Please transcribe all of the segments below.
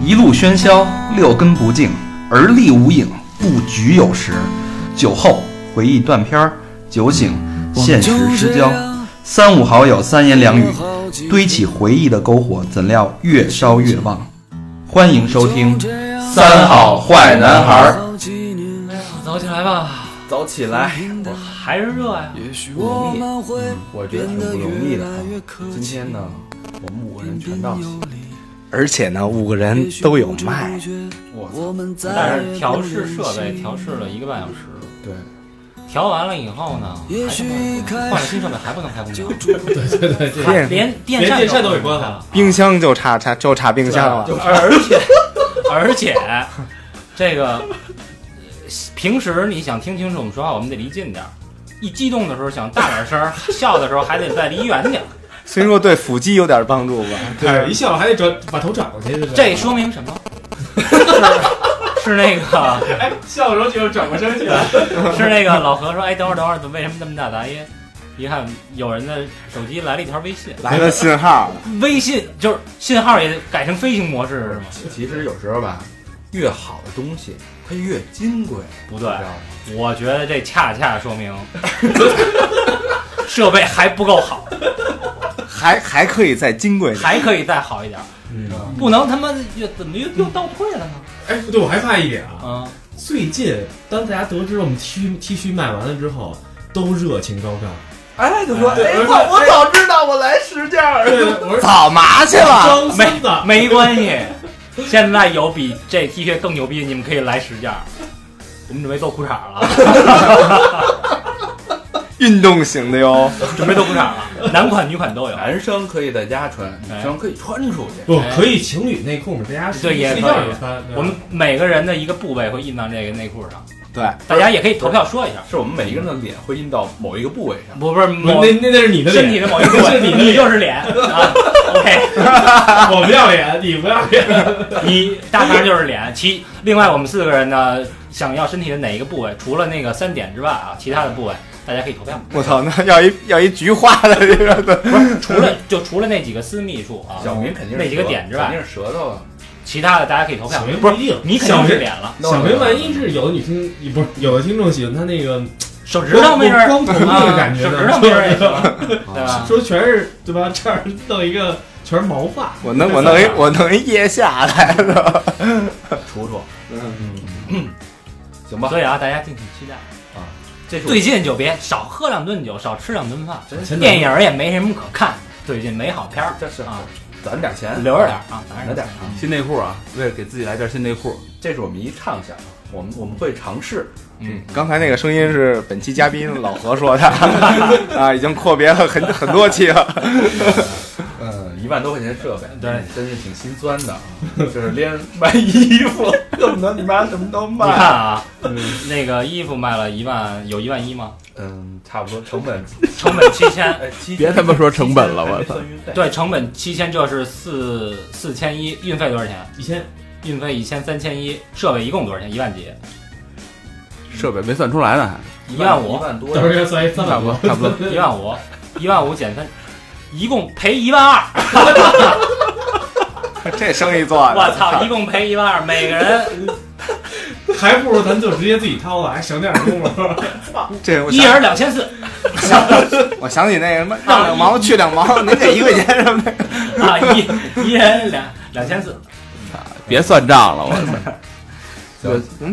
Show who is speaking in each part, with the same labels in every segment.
Speaker 1: 一路喧嚣，六根不净，而立无影，布局有时。酒后回忆断片儿，酒醒现实失焦。三五好友三言两语，堆起回忆的篝火，怎料越烧越旺。欢迎收听《三好坏男孩儿》。
Speaker 2: 早起来吧，
Speaker 3: 早起来，
Speaker 2: 我还是热呀、
Speaker 3: 不容易，我觉得挺不容易的啊。今天呢，我们五个人全到齐，
Speaker 4: 而且呢，五个人都有麦，
Speaker 3: 我操！
Speaker 2: 但是调试设备调试了一个半小时，
Speaker 3: 对，
Speaker 2: 调完了以后呢，还是不能换了新设备还不能开空调，
Speaker 4: 电
Speaker 2: 连电
Speaker 5: 连
Speaker 2: 扇
Speaker 5: 电扇
Speaker 2: 都
Speaker 5: 都
Speaker 2: 给
Speaker 5: 给
Speaker 2: 关
Speaker 5: 关
Speaker 2: 开
Speaker 5: 开
Speaker 2: 了
Speaker 5: 了，
Speaker 4: 冰箱就差差就差冰箱了。
Speaker 2: 而而且而且这个平时你想听清楚我们说话，我们得离近点儿。一激动的时候想大点声儿，笑的时候还得再离远点儿。
Speaker 4: 虽说对腹肌有点帮助吧，
Speaker 5: 对，一笑还得转把头转过去，
Speaker 2: 这说明什么？ 是是那个
Speaker 5: 哎，笑的时候就转过身去了。
Speaker 2: 是那个老何说，哎，等会儿等会儿，为什么那么大杂音？一看有人的手机来了一条微信，
Speaker 4: 来了信号了，
Speaker 2: 微信就是信号也改成飞行模式是吗？
Speaker 3: 其实有时候吧，越好的东西它越金贵，你
Speaker 2: 不对
Speaker 3: 知，道吗？
Speaker 2: 我觉得这恰恰说明设备还不够好，
Speaker 4: 还还可以再金贵点。
Speaker 2: 还可以再好一点，
Speaker 5: 嗯
Speaker 2: 不能他妈又怎么又又倒退了呢？
Speaker 5: 哎，不对，我还发现一点啊，
Speaker 2: 啊，
Speaker 5: 最近当大家得知我们 T 恤 T 恤卖完了之后，都热情高涨。
Speaker 3: 哎，就说
Speaker 5: 哎
Speaker 3: 哎，
Speaker 5: 我说
Speaker 3: 我我早知道我来十件儿，
Speaker 5: 对，我说
Speaker 4: 早麻去了，
Speaker 5: 张三的，
Speaker 2: 没关系，现在有比这 T 恤更牛逼，你们可以来十件儿。我们准备做裤衩 了，啊
Speaker 4: 运动型的哟。
Speaker 2: 准备做裤衩了，男款女款都有。
Speaker 3: 男生可以在家穿，女生可以穿出去。
Speaker 5: 不可以情侣内裤嘛？大家
Speaker 2: 对
Speaker 5: 睡
Speaker 2: 也可以
Speaker 5: 睡觉也穿。对吧
Speaker 2: 我们每个人的一个部位会印到这个内裤上，
Speaker 4: 对，
Speaker 2: 大家也可以投票说一下。
Speaker 3: 是我们每一个人的脸会印到某一个部位上，
Speaker 2: 不不是
Speaker 5: 不
Speaker 2: 某
Speaker 5: 那那那是 你的
Speaker 2: 身体
Speaker 5: 脸，
Speaker 2: 的某一部位，你你就是脸啊。OK，
Speaker 5: 我不要脸，你不要脸。
Speaker 2: 你大肠就是脸。其另外我们四个人呢，想要身体的哪一个部位，除了那个三点之外啊，其他的部位大家可以投票。
Speaker 4: 我操，那要一要一菊花的这个，
Speaker 2: 除了就除了那几个私密处啊，
Speaker 3: 小明肯定是
Speaker 2: 那几个
Speaker 3: 舌
Speaker 2: 点之外
Speaker 3: 肯定是舌头啊。
Speaker 2: 其他的大家可以投票
Speaker 5: 小。明不一定，
Speaker 2: 你肯
Speaker 5: 小
Speaker 2: 定是
Speaker 5: 明
Speaker 2: 脸了，
Speaker 5: 小明万一是有的女听，不是有的听众喜欢他那个
Speaker 2: 手指头没人儿
Speaker 5: 光头那个感觉
Speaker 2: 啊手
Speaker 5: 的，
Speaker 2: 指头没人儿也行，啊对吧？
Speaker 5: 说全是对吧？这儿弄一个全是毛发，
Speaker 4: 我弄我弄一我弄一腋下来了。
Speaker 3: 楚楚，
Speaker 4: 嗯，
Speaker 3: 行吧，
Speaker 2: 所以啊，大家敬请期待
Speaker 3: 啊。
Speaker 2: 这最近就别少喝两顿酒，少吃两顿饭，
Speaker 3: 真
Speaker 5: 真的
Speaker 2: 电影儿也没什么可看，最近没好片儿
Speaker 3: 这是
Speaker 2: 啊，
Speaker 3: 攒点钱，
Speaker 2: 留着点儿啊，拿
Speaker 3: 来点儿啊，新内裤啊，为了给自己来件新内裤，这是我们一畅想，我们我们会尝试。
Speaker 4: 刚才那个声音是本期嘉宾老何 说的啊，已经阔别了很很多期了。
Speaker 3: 嗯，一万多块钱设备，
Speaker 2: 对，
Speaker 3: 真是挺心酸的啊，就是连卖衣服，恨不得你妈什么都
Speaker 2: 你看
Speaker 3: 卖。
Speaker 2: 啊，那个衣服卖了一万，有一万一吗？
Speaker 3: 嗯，差不多成本，
Speaker 2: 成本七千，
Speaker 3: 哎，七
Speaker 6: 别他妈说成本了我操！
Speaker 2: 对，成本七千，这是四四千一，运费多少钱？
Speaker 5: 以前
Speaker 2: 运费一千三千一，设备一共多少钱？一万几？
Speaker 6: 设备没算出来呢，
Speaker 2: 一万
Speaker 3: 一
Speaker 2: 五，
Speaker 3: 万多
Speaker 5: 到，时候算一
Speaker 6: 还
Speaker 5: 三
Speaker 6: 差
Speaker 5: 百
Speaker 6: 不
Speaker 5: 多
Speaker 6: 多，差不 多。
Speaker 2: 一万五，一万五减三，一共赔一万二。
Speaker 4: 这生意做
Speaker 2: 我
Speaker 4: 的，
Speaker 2: 操，一共赔一万二，每个人
Speaker 5: 还不如咱就直接自己掏了，还省点功夫。
Speaker 4: 这我
Speaker 2: 一
Speaker 4: 想
Speaker 2: 人两千四
Speaker 4: 我想起那个什么，让两毛去两毛，您给一块钱什么的。
Speaker 2: 啊，一一人两两千四。
Speaker 6: 别算账了，我操！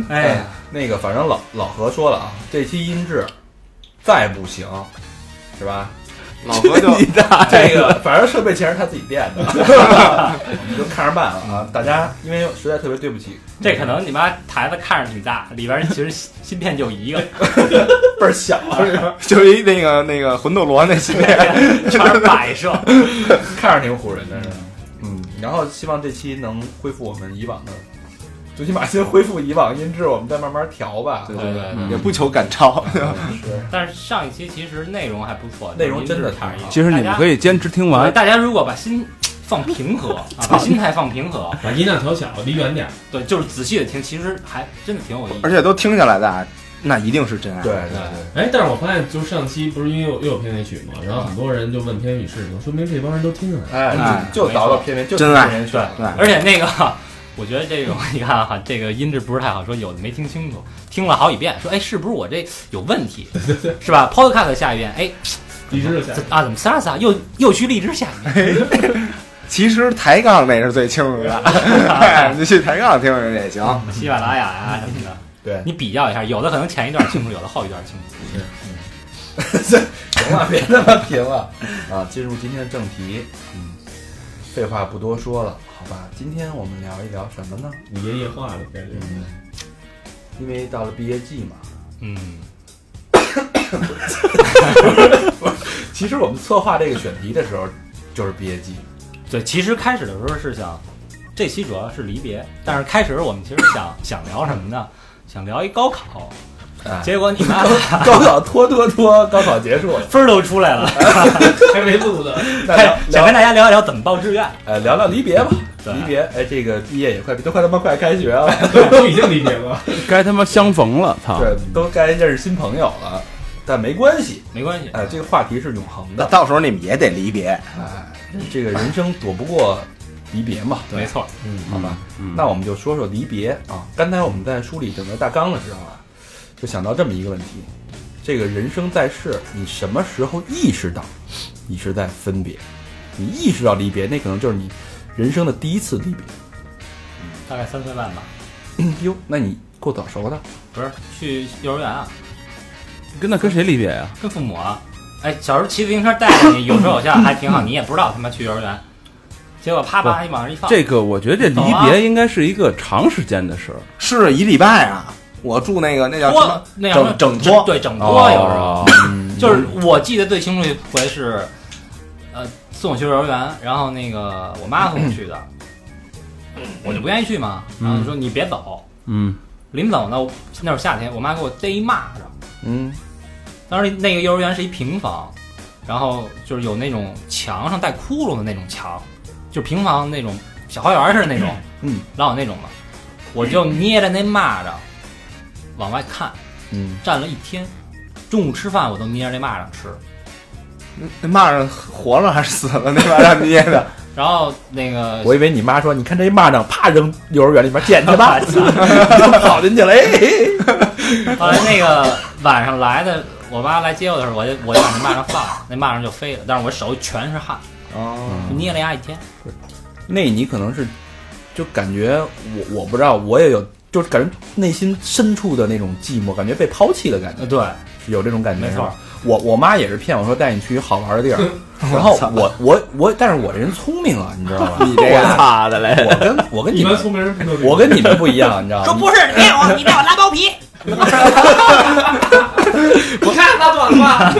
Speaker 2: 哎，
Speaker 3: 那个反正老老何说了啊，这期音质再不行，是 吧？
Speaker 4: 老何就
Speaker 6: 你大
Speaker 3: 这个反正设备钱是他自己垫的， 我们就看着办了啊！大家因为实在特别对不起，
Speaker 2: 这可能你妈台子看着挺大，里边其实芯片就一个，
Speaker 3: 倍儿 小，嗯
Speaker 4: 就一那个那个魂斗罗那系列，
Speaker 2: 全是摆设。
Speaker 3: 看着挺唬人的是。嗯，然后希望这期能恢复我们以往的，最起码先恢复以往音质，我们再慢慢调吧。
Speaker 2: 对对对。
Speaker 4: 也不求赶超。
Speaker 3: 是，
Speaker 2: 但是上一期其实内容还不错，
Speaker 3: 内容真的
Speaker 2: 差一
Speaker 3: 挺好
Speaker 6: 其实你们可
Speaker 2: 以
Speaker 6: 以坚持听完，
Speaker 2: 大家如果把心放平和，啊，把心态放平和，
Speaker 5: 把音量调小，离远点。
Speaker 2: 对，就是仔细的听，其实还真的挺有意
Speaker 4: 而
Speaker 2: 思。
Speaker 4: 且都听下来的啊，那一定是真爱。
Speaker 3: 对对对，
Speaker 5: 哎，但是我发现，就是上期不是因为又又有片尾曲嘛，然后很多人就问片尾曲是什么，说明这帮人都听了。
Speaker 3: 哎哎，就就倒到偏偏，就
Speaker 4: 真爱
Speaker 3: 偏偏去了。
Speaker 4: 对，
Speaker 2: 而且那个我觉得这种你看哈、这个音质不是太好，说有的没听清楚，听了好几遍，说哎，是不是我这有问题，是吧？Podcast 下一遍，哎，
Speaker 5: 一直
Speaker 2: 怎啊怎么仨仨又又去荔枝下一遍，
Speaker 4: 其实抬杠那是最清楚的，哎你去抬杠听听也行。
Speaker 6: 嗯
Speaker 2: 喜马拉雅 呀什么的，
Speaker 3: 对
Speaker 2: 你比较一下，有的可能前一段清楚，有的后一段清楚。
Speaker 3: 行了，别他妈贫了啊！进入今天的正题，嗯，废话不多说了，好吧？今天我们聊一聊什么呢？
Speaker 5: 午夜夜话的感觉。
Speaker 3: 因为到了毕业季嘛，
Speaker 2: 嗯，
Speaker 3: 其实我们策划这个选题的时候就是毕业季，
Speaker 2: 对，其实开始的时候是想，这期主要是离别，但是开始我们其实想想聊什么呢？想聊一高考，
Speaker 3: 哎
Speaker 2: 结果你妈的
Speaker 3: 高考拖拖拖，高考结束 了，
Speaker 2: 分儿都出来了，哎
Speaker 5: 还没录 呢，
Speaker 3: 那聊
Speaker 2: 想
Speaker 3: 聊
Speaker 2: 跟大家聊一聊怎么报志愿。
Speaker 3: 呃聊聊离别吧，
Speaker 2: 对
Speaker 3: 离别，哎，这个毕业也快都快他妈快开学了，
Speaker 5: 都已经离别 了。
Speaker 6: 该他妈相逢了， 操！
Speaker 3: 对，都该认识新朋友了，但没关系，
Speaker 2: 没关系，
Speaker 3: 哎，这个话题是永恒
Speaker 4: 那
Speaker 3: 的，
Speaker 4: 到时候你们也得离别，
Speaker 3: 哎，这个人生躲不过离别嘛，
Speaker 2: 没错，
Speaker 3: 好吧？
Speaker 6: 嗯
Speaker 3: 那我们就说说离别啊。刚才我们在梳理整个大纲的时候啊，就想到这么一个问题：这个人生在世，你什么时候意识到你是在分别？你意识到离别，那可能就是你人生的第一次离别。嗯
Speaker 2: 大概三岁半吧，
Speaker 3: 哟，那你够早熟的。
Speaker 2: 不是去幼儿园啊，
Speaker 6: 跟那跟谁离别呀？
Speaker 2: 跟父母啊。哎，小时候骑自行车带着你，有说有笑，还挺好，你也不知道他妈去幼儿园，结果啪啪一往上一放，
Speaker 6: 这个我觉得这离
Speaker 2: 走啊
Speaker 6: 别应该是一个长时间的事儿。
Speaker 4: 是一礼拜啊。我住那个那叫什么
Speaker 2: 拖？那样的
Speaker 4: 整整哦脱
Speaker 2: 对整脱有时候。
Speaker 6: 哦
Speaker 3: 嗯
Speaker 2: 就是我记得最清楚一回是，呃，送我去幼儿园，然后那个我妈送我去的，我就不愿意去嘛，然后就说你别走，
Speaker 6: 嗯，
Speaker 2: 临走呢，那会儿夏天，我妈给我逮一蚂蚱，
Speaker 3: 嗯，
Speaker 2: 当时那个幼儿园是一平房，然后就是有那种墙上带窟窿的那种墙，就平房那种小花园似的那种，
Speaker 3: 嗯，
Speaker 2: 老有那种的，我就捏着那蚂蚱往外看，
Speaker 3: 嗯，
Speaker 2: 站了一天，中午吃饭我都捏着那蚂蚱吃。
Speaker 4: 那蚂蚱活了还是死了？那蚂蚱捏 的，
Speaker 2: 然后那个
Speaker 3: 我以为你妈说，你看这蚂蚱，啪扔幼儿园里边捡去 吧，跑进去 了。哎，
Speaker 2: 后来那个晚上来的，我妈来接我的时候，我就我就把那蚂蚱放了，那蚂蚱就飞了，但是我手全是汗，
Speaker 4: 哦，
Speaker 2: 捏了牙一天。
Speaker 3: 那你可能是就感觉我我不知道，我也有，就是感觉内心深处的那种寂寞，感觉被抛弃的感觉，
Speaker 2: 呃，对，
Speaker 3: 是有这种感觉。
Speaker 2: 没
Speaker 3: 是
Speaker 2: 错
Speaker 3: 吧，我我妈也是骗我说带你去好玩的地儿，然后我我我，但是我这人聪明啊，你知道吧？
Speaker 4: 你这个擦的嘞！
Speaker 3: 我跟我跟
Speaker 5: 一
Speaker 3: 你
Speaker 5: 般
Speaker 3: 们，
Speaker 5: 聪明人不都这样
Speaker 3: 我跟你们不一样，你知道吗？
Speaker 2: 是你骗我，你让我拉包 皮。
Speaker 5: 你看拉短了吧？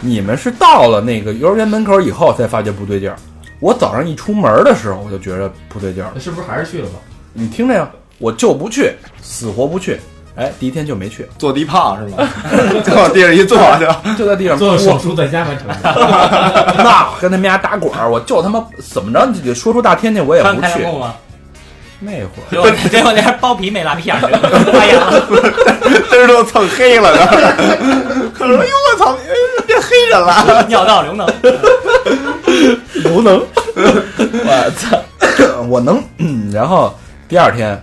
Speaker 3: 你们是到了那个幼儿园门口以后才发觉不对劲儿。我早上一出门的时候，我就觉得不对劲儿了。
Speaker 5: 是不是还是去了吧？
Speaker 3: 你听着呀，我就不去，死活不去。哎，第一天就没去，
Speaker 4: 坐地炮是吗？ 就往地上一坐就。
Speaker 3: 就在地上
Speaker 5: 做
Speaker 3: 我
Speaker 5: 手术在家完成的，
Speaker 3: 那跟他们家打滚儿，我就他妈怎么着，你得说出大天去，哎我也
Speaker 2: 翻
Speaker 3: 不
Speaker 2: 开
Speaker 3: 去
Speaker 2: 了。吗？
Speaker 3: 那会儿
Speaker 2: 结果结果连包皮没拉皮眼儿就
Speaker 3: 哎
Speaker 2: 发炎了。
Speaker 4: 嘚儿都蹭黑了呢。可能哎呦我操，哎变黑人了。
Speaker 2: 尿道流脓，
Speaker 3: 不能， 我操， 我能。嗯然后第二天，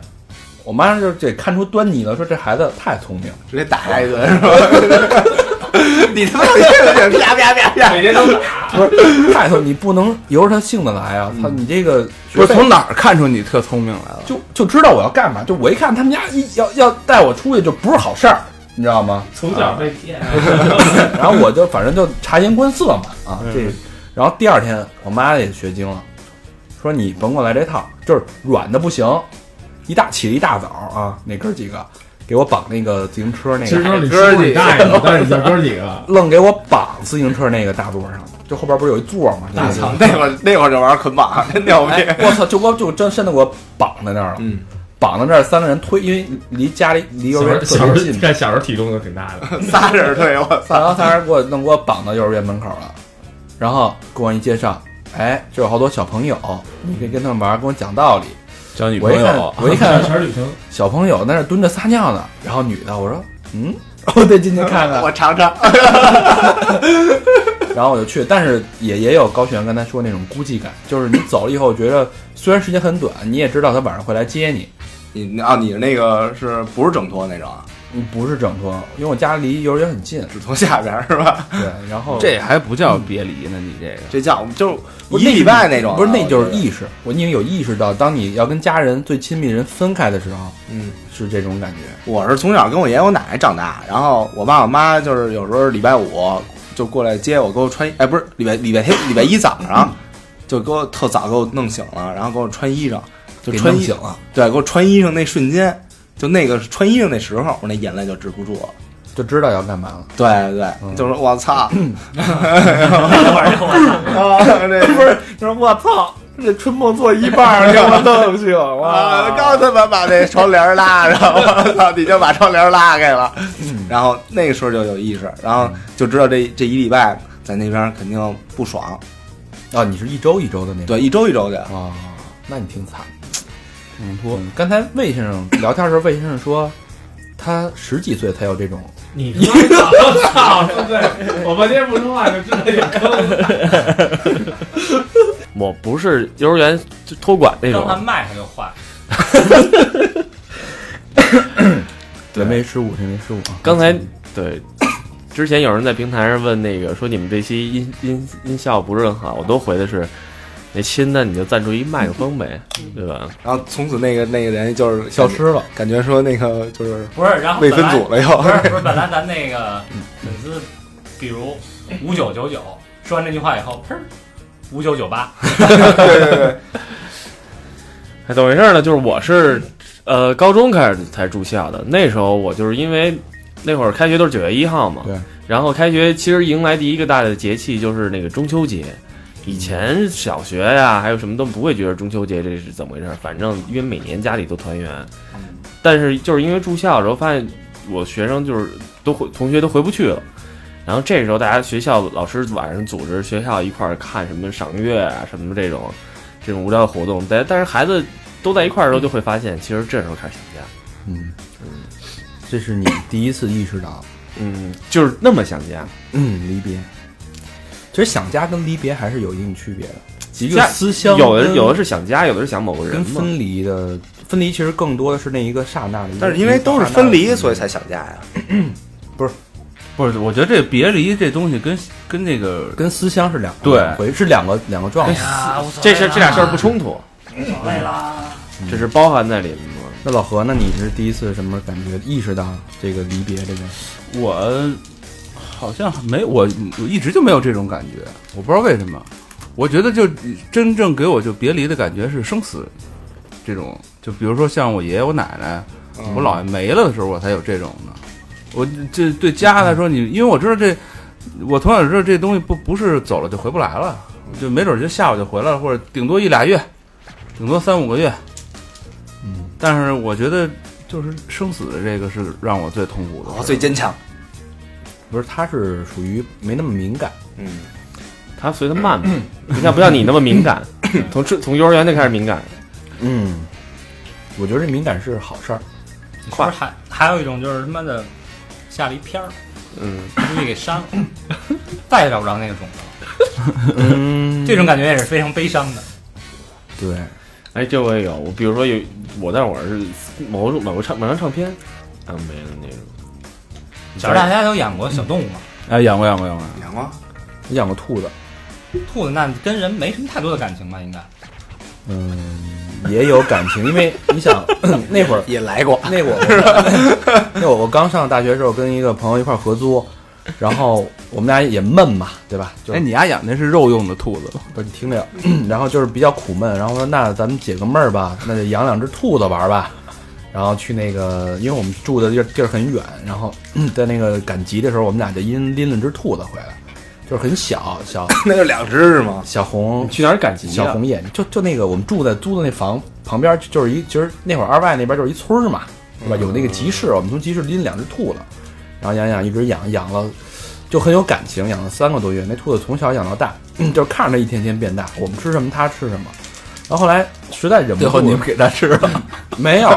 Speaker 3: 我妈就这看出端倪了，说这孩子太聪明了。
Speaker 4: 直接打他一顿是吧？ 你他妈这个啪啪啪啪，
Speaker 5: 每天都打。
Speaker 3: 不 是太聪明，你不能由着他性子来啊！操，你这个
Speaker 6: 嗯不
Speaker 3: 学
Speaker 6: 是
Speaker 3: 费
Speaker 6: 从哪儿看出你特聪明来了？
Speaker 3: 就就知道我要干嘛。就我一看他们家一要要带我出去，就不是好事儿，你知道吗？
Speaker 5: 从小被骗，
Speaker 3: 然后我就反正就察言观色嘛啊，这，然后第二天我妈也学精了，说你甭给我来这套，就是软的不行。一大起了一大早啊，那哥几个给我绑那个自行车那
Speaker 5: 其实
Speaker 3: 个，
Speaker 5: 说你说你大爷，但是你叫哥几个，
Speaker 3: 愣给我绑自行车那个大座上，就后边不是有一座吗？
Speaker 5: 大
Speaker 3: 座
Speaker 5: 墙，
Speaker 4: 那会儿那会儿这玩意儿捆绑，真牛逼。
Speaker 3: 哎，我操，就给我就真真的给我绑在那儿了，
Speaker 4: 嗯，
Speaker 3: 绑在那儿三个人推，因为离家里离幼儿
Speaker 5: 小时
Speaker 3: 园
Speaker 5: 候
Speaker 3: 特
Speaker 5: 小
Speaker 3: 别
Speaker 5: 时候
Speaker 3: 近，
Speaker 5: 看小时候体重都挺大的，
Speaker 4: 仨人 对我
Speaker 3: 然后仨人给我弄给我绑到幼儿园门口了，然后给我一介绍，哎，这有好多小朋友，你可以跟他们玩，跟我讲道理。
Speaker 6: 交女
Speaker 3: 我
Speaker 6: 朋
Speaker 3: 一看
Speaker 6: 友，
Speaker 3: 我一
Speaker 5: 小
Speaker 3: 看
Speaker 5: 时候女生
Speaker 3: 小朋友在那蹲着撒尿呢，然后女的，我说，嗯， 我得进去看 看。
Speaker 4: 我尝尝。
Speaker 3: 然后我就去，但是也也有高璇刚才说那种孤寂感，就是你走了以后，觉得虽然时间很短，你也知道他晚上会来接你。
Speaker 4: 你啊，你那个是不是挣脱那种啊？
Speaker 3: 嗯不是整托，因为我家离幼儿园很近。
Speaker 4: 只从下边儿是吧？
Speaker 3: 对，然后
Speaker 6: 这还不叫别离呢，你这个
Speaker 4: 这叫就是
Speaker 3: 不是
Speaker 4: 一
Speaker 3: 那
Speaker 4: 礼拜那种啊，
Speaker 3: 不是那就
Speaker 4: 我
Speaker 3: 是
Speaker 4: 觉得
Speaker 3: 意识。我已经有意识到，当你要跟家人最亲密的人分开的时候，
Speaker 4: 嗯。
Speaker 3: 是这种感觉。
Speaker 4: 我是从小跟我爷爷我奶奶长大，然后我爸我妈就是有时候礼拜五就过来接我，给我穿，哎，不是礼拜礼拜天礼拜一早上就给我特早给我弄醒了，然后给我穿衣裳，就
Speaker 3: 给
Speaker 4: 穿
Speaker 3: 弄
Speaker 4: 衣
Speaker 3: 醒了，
Speaker 4: 对，给我穿衣裳那瞬间，就那个穿衣裳那时候，我那眼泪就止不住了。
Speaker 3: 就知道要干嘛了。
Speaker 4: 对对，
Speaker 3: 嗯
Speaker 4: 就是我操，
Speaker 2: 那会儿就我
Speaker 4: 啊，这不是，就是我操，这春梦做一半儿给我弄醒了，啊刚他妈把那窗帘拉上，我操，你就把窗帘拉开了，然后那个时候就有意识，然后就知道这这一礼拜在那边肯定不爽，
Speaker 3: 啊，你是一周一周的那种。
Speaker 4: 对，一周一周的，
Speaker 3: 啊，那你挺惨。
Speaker 6: 嗯不
Speaker 3: 嗯，刚才魏先生聊天的时候，魏先生说他十几岁才有这种，
Speaker 5: 你他妈早我操！对，我半天不说话就知道有坑。
Speaker 7: 我不是幼儿园就托管
Speaker 3: 哎
Speaker 7: 那
Speaker 2: 让他
Speaker 7: 种，
Speaker 2: 卖他就换，
Speaker 3: 人为失误，人为失误啊。
Speaker 7: 刚才对。之前有人在平台上问那个说你们这期音音音效不是很好，我都回的是，那亲那你就赞助一麦克风呗，
Speaker 2: 嗯
Speaker 7: 对吧？
Speaker 4: 然后从此那个那个人就是
Speaker 3: 消，失了，
Speaker 4: 感觉说那个就是
Speaker 2: 不是，然后
Speaker 4: 未
Speaker 2: 啊本
Speaker 4: 分
Speaker 2: 来
Speaker 4: 组了
Speaker 2: 不是
Speaker 4: 又，
Speaker 2: 不是，本来咱那个粉丝，比如五九九九，说完这句话以后，砰，五九九八，
Speaker 7: 哎，怎么回事呢？就是我是，呃，高中开始才住校的。那时候我就是因为那会儿开学都是九月一号嘛，
Speaker 3: 对。
Speaker 7: 然后开学其实迎来第一个大的节气就是那个中秋节。以前小学呀、还有什么都不会觉得中秋节这是怎么回事儿，反正因为每年家里都团圆。但是就是因为住校的时候，发现我学生就是都回同学都回不去了。然后这时候大家学校老师晚上组织学校一块儿看什么赏月啊什么这种这种无聊的活动，但但是孩子都在一块儿的时候，就会发现其实这时候开始想家，
Speaker 3: 嗯，这是你第一次意识到，
Speaker 7: 嗯，就是那么想家。
Speaker 3: 嗯，离别。其实想家跟离别还是有一定区别的，一个
Speaker 7: 家
Speaker 3: 思乡跟，
Speaker 7: 有的有的是想家，有的是想某个人
Speaker 3: 跟
Speaker 7: 嘛。
Speaker 3: 分离的分离，其实更多的是那一个刹那的一个。
Speaker 4: 但是因为都是分
Speaker 3: 一
Speaker 4: 离，
Speaker 3: 个
Speaker 4: 所以才想家呀，
Speaker 6: 不是，我觉得这别离这东西跟跟那个
Speaker 3: 跟思乡是两
Speaker 6: 对
Speaker 3: 回是两个两个状
Speaker 2: 哎
Speaker 3: 态。
Speaker 4: 哎
Speaker 7: 这事这俩事儿不冲突，这是包含在里面的。
Speaker 3: 那老何呢？你是第一次什么感觉？意识到这个离别这个？
Speaker 6: 我好像没我我一直就没有这种感觉，我不知道为什么。我觉得就真正给我就别离的感觉是生死这种，就比如说像我爷爷我奶奶
Speaker 4: 嗯
Speaker 6: 我姥爷没了的时候，我才有这种的。我这对家来说，你因为我知道这，我从小知道这东西不不是走了就回不来了，就没准就下午就回来了，或者顶多一俩月，顶多三五个月。
Speaker 3: 嗯，
Speaker 6: 但是我觉得就是生死的这个是让我最痛苦的事
Speaker 7: 哦
Speaker 4: 我
Speaker 6: 儿，
Speaker 4: 最坚强，
Speaker 3: 不是，他是属于没那么敏感。
Speaker 4: 嗯，
Speaker 7: 他随他慢嘛， 不像不像你那么敏 感，从这从幼儿园就开始敏感。
Speaker 3: 嗯，我觉得这敏感是好事儿。
Speaker 2: 你是不是还还有一种就是他妈的下了一片儿，
Speaker 7: 嗯，
Speaker 2: 估计给删了，再也找不着那个种了。
Speaker 3: 嗯
Speaker 2: 这种感觉也是非常悲伤的。
Speaker 3: 对，
Speaker 7: 哎，这我也有。我比如说有我，但是我是某种某个唱某张唱片，啊没了那种。
Speaker 3: 嗯
Speaker 2: 小时候大家都养过小动物嘛，
Speaker 6: 哎，养过养过养过，
Speaker 4: 阳光，
Speaker 3: 我养过兔子，
Speaker 2: 兔子那跟人没什么太多的感情吧，应该。
Speaker 7: 啊
Speaker 3: 嗯，也有感情，因为你想嗯那会儿
Speaker 4: 也来过，
Speaker 3: 那我那我我刚上大学的时候，跟一个朋友一块儿合租，然后我们俩也闷嘛，对吧？就
Speaker 6: 哎，你家养那是肉用的兔子吧？
Speaker 3: 不是你听着， 然后就是比较苦闷，然后说那咱们解个闷儿吧，那就养两只兔子玩儿吧。然后去那个，因为我们住的地儿地儿很远，然后 在那个赶集的时候，我们俩就拎拎了只兔子回来，就是很小小
Speaker 4: 那就两只是吗？
Speaker 3: 小红
Speaker 7: 你去哪儿赶集啊？
Speaker 3: 小红眼，就就那个我们住在租的那房旁边，就是一就是那会儿二外那边就是一村儿嘛，对吧？有那个集市，我们从集市拎两只兔子，然后养养一直养养了，就很有感情，养了三个多月。那兔子从小养到大，嗯就是看着它一天天变大，我们吃什么它吃什么。然后后来实在忍不
Speaker 6: 最
Speaker 3: 住
Speaker 6: 后
Speaker 3: 了，
Speaker 6: 你们给它吃了，
Speaker 3: 没有，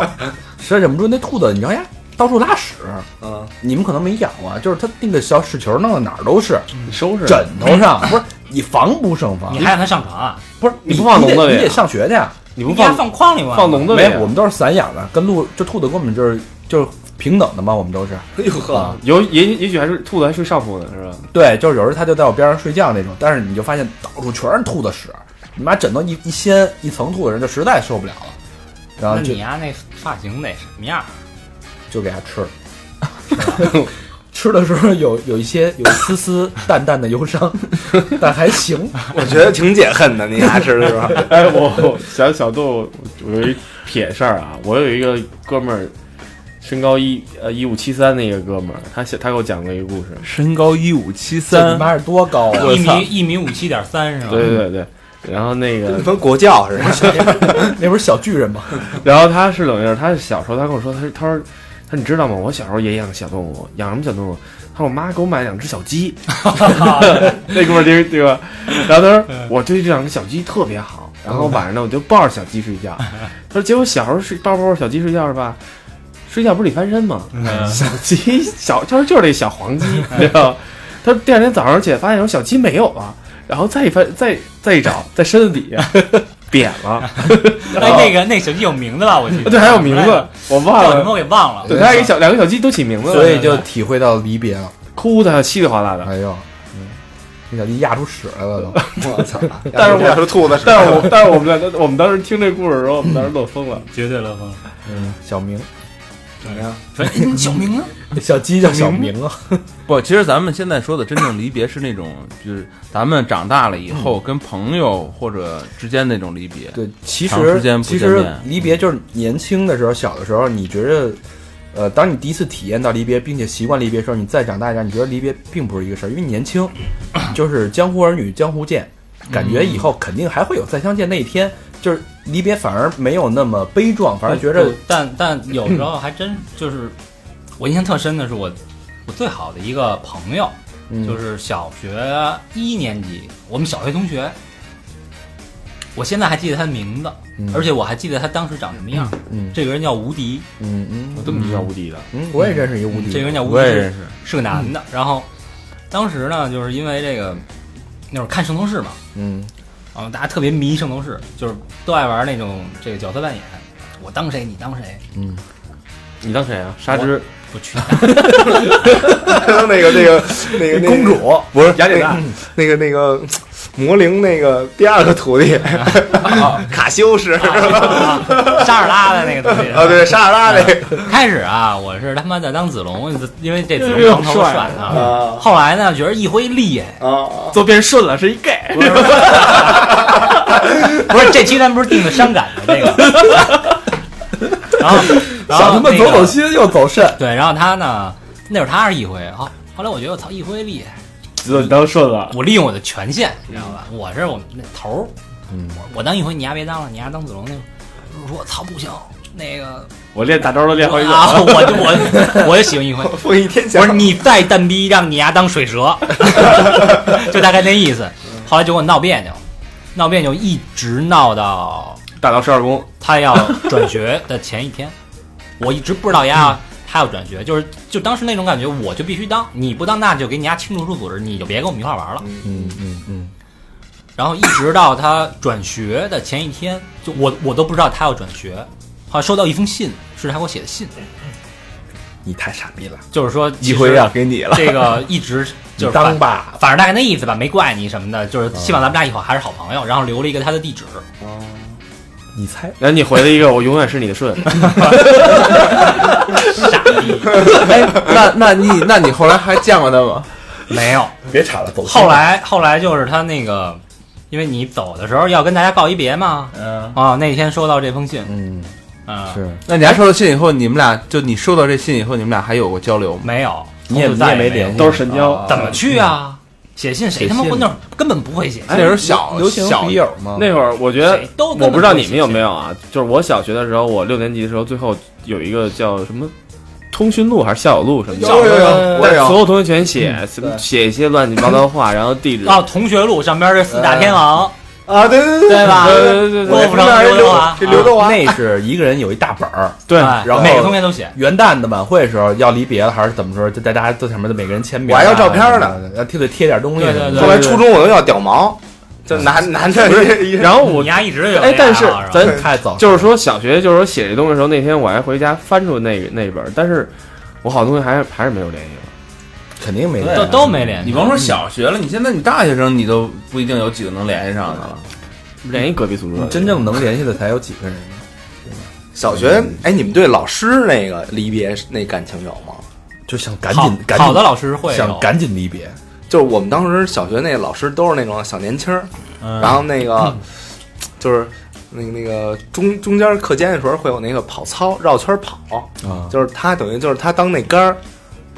Speaker 3: 实在忍不住那兔子，你知道哎呀，到处拉屎。
Speaker 4: 嗯，
Speaker 3: 你们可能没养过啊，就是它那个小屎球弄的哪儿都是，
Speaker 7: 收拾。
Speaker 3: 枕头上不是你防不胜防
Speaker 2: 你。还让它上床啊？
Speaker 3: 不是
Speaker 7: 你不放
Speaker 3: 得
Speaker 7: 笼子里
Speaker 3: 你得
Speaker 7: 啊
Speaker 3: 上学去啊！
Speaker 7: 你不
Speaker 2: 你还
Speaker 7: 放
Speaker 2: 放筐里吗？
Speaker 7: 放笼子里
Speaker 3: 没
Speaker 7: 啊？，
Speaker 3: 我们都是散养的，跟鹿这兔子跟我们就是就是平等的嘛，我们都是。啊
Speaker 4: 哎呦呵，
Speaker 7: 有也也许还是兔子还睡上铺呢，是吧？
Speaker 3: 对，就是有时候它就在我边上睡觉那种，但是你就发现到处全是兔子屎，你妈枕头一一掀一层兔子，人就实在受不了了，然后
Speaker 2: 那
Speaker 3: 就
Speaker 2: 你啊丫那发型得什么样儿？
Speaker 3: 就给它吃了。 吃的时候有有一些有一丝丝淡淡的忧伤，但还行。
Speaker 4: 我觉得挺解恨的，你牙吃的时候，
Speaker 7: 哎，我我小小豆，我有一撇事儿啊，我有一个哥们儿，身高一呃一五七三那个哥们儿，他写他给我讲过一个故事，
Speaker 6: 身高一五
Speaker 3: 这
Speaker 6: 七
Speaker 3: 你
Speaker 6: 三，
Speaker 3: 妈是多高啊！
Speaker 2: 一米一米五七点三是吧？
Speaker 7: 对对对对，然后那 个
Speaker 4: 跟跟国教似的。
Speaker 3: 那不是小巨人吗？
Speaker 7: 然后哦他是怎么样？他是小时候，他跟我说，他是他说他说你知道吗？我小时候也养小动物，养什么小动物？他说我妈给我买两只小鸡， 那哥们儿对对吧？然后他说我对这两只小鸡特别好，然后晚上呢我就抱着小鸡睡觉。他说结果小时候睡抱抱着小鸡睡觉是吧？睡觉不是得翻身吗？ 小鸡小就是就是那小黄鸡，对吧？他说第二天早上起来发现有小鸡没有了，然后再一翻再再一找，在身子底下 扁了。哦
Speaker 2: 哎，那个那手机有名字吧？我记得
Speaker 7: 对，还有名字，我忘
Speaker 2: 叫什么
Speaker 7: 了。
Speaker 2: 我给忘了。
Speaker 7: 对，他还给小两个小鸡都起名字了，啊
Speaker 3: 所以就体会到离别了。
Speaker 7: 哭的稀里哗啦的。
Speaker 3: 哎呦，那小鸡压出屎来了都。
Speaker 4: 我操！
Speaker 7: 但是我
Speaker 4: 要说兔子屎，
Speaker 7: 但是我 但是我们俩都，我们当时听这故事的时候，我们当时乐疯了。
Speaker 2: 绝对了风。
Speaker 3: 小明，
Speaker 2: 说哎你小明啊，
Speaker 3: 小鸡叫小明啊。
Speaker 6: 不，其实咱们现在说的真正离别是那种，就是咱们长大了以后跟朋友或者之间那种离别。
Speaker 3: 对，其
Speaker 6: 长时
Speaker 3: 实
Speaker 6: 间不
Speaker 3: 其
Speaker 6: 见
Speaker 3: 实
Speaker 6: 面
Speaker 3: 离别就是年轻的时候，小的时候，你觉着，呃，当你第一次体验到离别，并且习惯离别的时候，你再长大一点，你觉得离别并不是一个事儿，因为你年轻，就是江湖儿女江湖见，感觉以后肯定还会有再相见那一天，就是离别反而没有那么悲壮，反而觉着
Speaker 2: 不，但但有时候还真就是，我印象特深的是我我最好的一个朋友，
Speaker 3: 嗯
Speaker 2: 就是小学一年级，我们小学同学。我现在还记得他的名字，
Speaker 3: 嗯
Speaker 2: 而且我还记得他当时长什么样。
Speaker 3: 嗯
Speaker 2: 这个人叫吴迪，
Speaker 3: 嗯嗯
Speaker 7: 我怎么就叫无敌的？
Speaker 3: 嗯，我也认识一个无敌，
Speaker 2: 这个人叫吴
Speaker 6: 我
Speaker 2: 迪
Speaker 6: 也
Speaker 2: 是
Speaker 6: 认识，
Speaker 2: 是个男的。然后当时呢，就是因为这个那会儿看《圣斗士》嘛，
Speaker 3: 嗯
Speaker 2: 啊，大家特别迷《圣斗士》，就是都爱玩那种这个角色扮演，我当谁你当谁，
Speaker 3: 嗯，
Speaker 7: 你当谁啊？沙之
Speaker 2: 我去你
Speaker 4: 那个那个那个那个
Speaker 3: 公主
Speaker 4: 不是
Speaker 7: 雅典娜，
Speaker 4: 那个那个魔灵那个第二个徒弟 卡修士啊，
Speaker 2: 大莎尔拉的那个 东西。啊
Speaker 4: 对，沙拉那个
Speaker 2: 开始啊，我是他妈在当子龙，因为这子龙长头发帅啊。
Speaker 4: 啊
Speaker 2: 后来呢，觉得一辉厉害，
Speaker 4: 啊，
Speaker 7: 都变顺了，是一 gay。
Speaker 2: 不是这期咱不是定的伤感的这个， 然后然
Speaker 3: 想
Speaker 2: 后
Speaker 3: 他妈
Speaker 2: 那
Speaker 3: 走
Speaker 2: 个
Speaker 3: 走心又走肾，
Speaker 2: 对，然后他呢，那会儿他是一辉，后后来我觉得我操一辉厉害。
Speaker 7: 你当顺了，
Speaker 2: 我利用我的权限，你知道吧？我是我们那头儿，我我当一回，你丫别当了，你丫当子龙那个。我说我操不行，那个
Speaker 7: 我练大招都练好几
Speaker 2: 啊
Speaker 7: 个。，
Speaker 2: 我就我我就喜欢一回。
Speaker 4: 风一天
Speaker 2: 我
Speaker 4: 降
Speaker 2: 说你再蛋逼，让你丫当水蛇，就大概那意思。后来就给我闹别扭，闹别扭一直闹到
Speaker 7: 大刀十二宫，
Speaker 2: 他要转学的前一天， 我一直不知道丫他要转学，就是就当时那种感觉，我就必须当，你不当那就给你丫清除出组织，你就别跟我们一块儿玩了。
Speaker 3: 嗯嗯嗯，
Speaker 2: 然后一直到他转学的前一天，就我我都不知道他要转学，后来收到一封信，是他给我写的信，
Speaker 3: 你太傻逼了，
Speaker 2: 就是说
Speaker 4: 一回啊让，给你了，
Speaker 2: 这个一直
Speaker 3: 你
Speaker 2: 就是
Speaker 3: 当
Speaker 2: 反
Speaker 3: 吧，
Speaker 2: 反正大概那意思吧，没怪你什么的，就是希望咱们俩以后还是好朋友，然后留了一个他的地址，
Speaker 3: 你猜
Speaker 7: 然后你回了一个我永远是你的顺，
Speaker 2: 傻逼
Speaker 6: 哎， 那那你那你后来还见过他吗？
Speaker 2: 没有。
Speaker 3: 别查了，走心
Speaker 2: 后来后来就是他那个，因为你走的时候要跟大家告一别嘛，
Speaker 6: 嗯，
Speaker 2: 啊，那天收到这封信，
Speaker 3: 嗯
Speaker 2: 啊，
Speaker 3: 是。
Speaker 6: 那你还收到信以后，你们俩就你收到这信以后，你们俩还有过交流吗？
Speaker 2: 没有，
Speaker 3: 你也
Speaker 2: 从此再
Speaker 3: 你也没
Speaker 2: 也
Speaker 3: 联
Speaker 2: 有
Speaker 3: 系
Speaker 7: 都是神交。
Speaker 2: 怎么去啊？写信谁他妈
Speaker 6: 写信
Speaker 2: 那会儿根本不会写信。
Speaker 6: 那时候小
Speaker 3: 流行
Speaker 6: 小
Speaker 3: 笔友吗？
Speaker 7: 那会儿我觉得
Speaker 2: 谁都
Speaker 7: 我不知道你们有没有啊，就是我小学的时候，我六年级的时候，最后有一个叫什么通讯录还是校友录什么的，
Speaker 4: 有有有我也有
Speaker 7: 所有同学全写，什么写一些乱七八糟话， 然后地址，
Speaker 2: 哦，同学录上边这四大天王，
Speaker 4: 啊，对对
Speaker 2: 对吧？
Speaker 7: 对对对
Speaker 2: 郭
Speaker 7: 对
Speaker 2: 富城、刘德华，
Speaker 4: 这刘德华
Speaker 3: 啊那是一个人有一大本儿。
Speaker 7: 对，
Speaker 2: 哎
Speaker 3: 然后
Speaker 2: 每个同学都写，
Speaker 3: 元旦的晚会的时候要离别了，还是怎么说？就大家都上面的每个人签名啊，
Speaker 4: 我还要照片呢
Speaker 3: 然后贴对贴点东西。
Speaker 2: 对对对
Speaker 4: 后来初中我都要屌毛，就男男的一，
Speaker 7: 然后我
Speaker 2: 你丫一直有
Speaker 7: 哎
Speaker 2: 这，
Speaker 7: 但
Speaker 2: 爱
Speaker 7: 是
Speaker 2: 好吧
Speaker 7: 咱
Speaker 3: 太早，
Speaker 7: 就是说小学就是说写这东西的时候，那天我还回家翻出那个那本儿，但是我好东西还还是没有联系了。
Speaker 3: 肯定没
Speaker 6: 对
Speaker 2: 都都没联系，
Speaker 6: 你甭说小学了，你现在你大学生，你都不一定有几个能联系上的了。
Speaker 7: 联系隔壁宿舍
Speaker 3: 你
Speaker 7: 的，
Speaker 3: 真正能联系的才有几个人。
Speaker 4: 小学哎，你们对老师那个离别那感情有吗？
Speaker 3: 就想赶
Speaker 2: 好
Speaker 3: 紧赶紧
Speaker 2: 好的老师会
Speaker 3: 想
Speaker 2: 有
Speaker 3: 赶紧离别，
Speaker 4: 就是我们当时小学那个老师都是那种小年轻儿，然后那个 就是那个那个中中间课间的时候会有那个跑操绕圈跑，
Speaker 3: 啊
Speaker 4: 就是他等于就是他当那杆儿，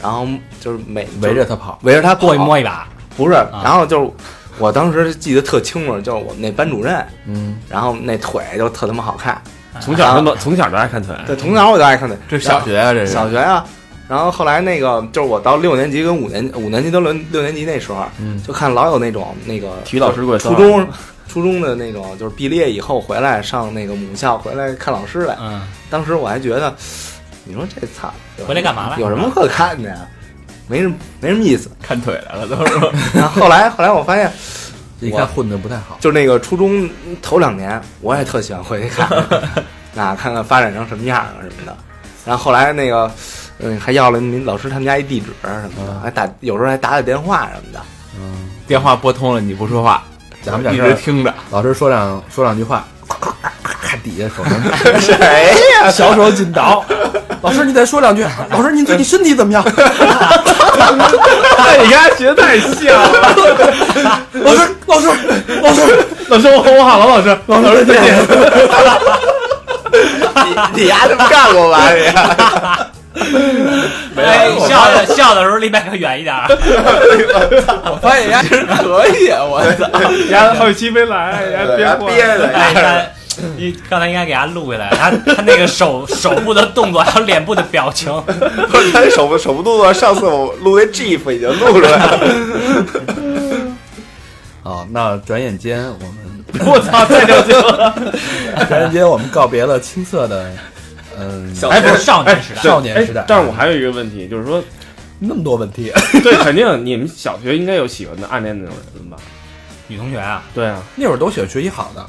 Speaker 4: 然后就是每
Speaker 3: 围着他跑。
Speaker 4: 围着他跑
Speaker 2: 过去摸一把，
Speaker 4: 不是，然后就是我当时记得特清楚，就是我们那班主任，
Speaker 3: 嗯，
Speaker 4: 然后那腿就特他妈好看，
Speaker 7: 从小那么从小就爱看腿，
Speaker 4: 啊对，从小我就爱看腿，
Speaker 6: 这小学啊，这是
Speaker 4: 小学啊。然后后来那个就是我到六年级跟五年五年级到六六年级那时候，啊
Speaker 3: 嗯
Speaker 4: 就看老有那种那个
Speaker 7: 体育老师过来骚
Speaker 4: 初
Speaker 7: 扰
Speaker 4: 中初中的那种，就是毕了业以后回来上那个母校回来看老师来。
Speaker 2: 嗯，
Speaker 4: 当时我还觉得，你说这操，有
Speaker 2: 回来干嘛来？
Speaker 4: 有什么可看的呀？没什么没什么意思。
Speaker 6: 看腿来了，都是。
Speaker 4: 然后后来后来我发现，
Speaker 3: 一看混的不太好，
Speaker 4: 就是那个初中头两年，我也特喜欢回去 看，啊，看看发展成什么样啊什么的。然后后来那个，嗯，还要了您老师他们家一地址什么的，还打有时候还打打电话什么的。
Speaker 6: 电话拨通了，你不说话，
Speaker 3: 咱们俩
Speaker 6: 一
Speaker 3: 这
Speaker 6: 直
Speaker 3: 儿
Speaker 6: 听着。
Speaker 3: 老师说两说两句话，咔底 下手
Speaker 4: 谁呀？
Speaker 3: 小手紧倒。老师，你再说两句。老师，您最近身体怎么样？
Speaker 7: 哎，你跟他学的太像了。
Speaker 3: 老师，老师，老师，
Speaker 7: 老师，我我好了，老师，老师再见。
Speaker 4: 你你丫这么干 过吧？你
Speaker 2: 哎，笑的笑的时候离麦克远一点儿，
Speaker 3: 我发现人家真可以，我操！
Speaker 7: 丫后期没来，
Speaker 4: 对
Speaker 7: 别
Speaker 4: 还
Speaker 7: 过
Speaker 4: 憋着
Speaker 2: 哎，
Speaker 4: 呀。
Speaker 2: 他你刚才应该给他录下来，他他那个手手部的动作还有脸部的表情，
Speaker 4: 不是，他手部手部动作，上次我录那 GIF 已经录出来了。
Speaker 3: 啊，那转眼间我们
Speaker 7: 我操，太了解了。
Speaker 3: 转眼间我们告别了青涩的，嗯，
Speaker 4: 小
Speaker 2: 哎，不是少年时代，
Speaker 3: 少年时代
Speaker 7: 哎。但是我还有一个问题，就是 说，
Speaker 3: 那么多问题，
Speaker 7: 对，肯定你们小学应该有喜欢的暗恋那种人吧？
Speaker 2: 女同学啊，
Speaker 7: 对啊，
Speaker 3: 那会儿都喜欢学习好的，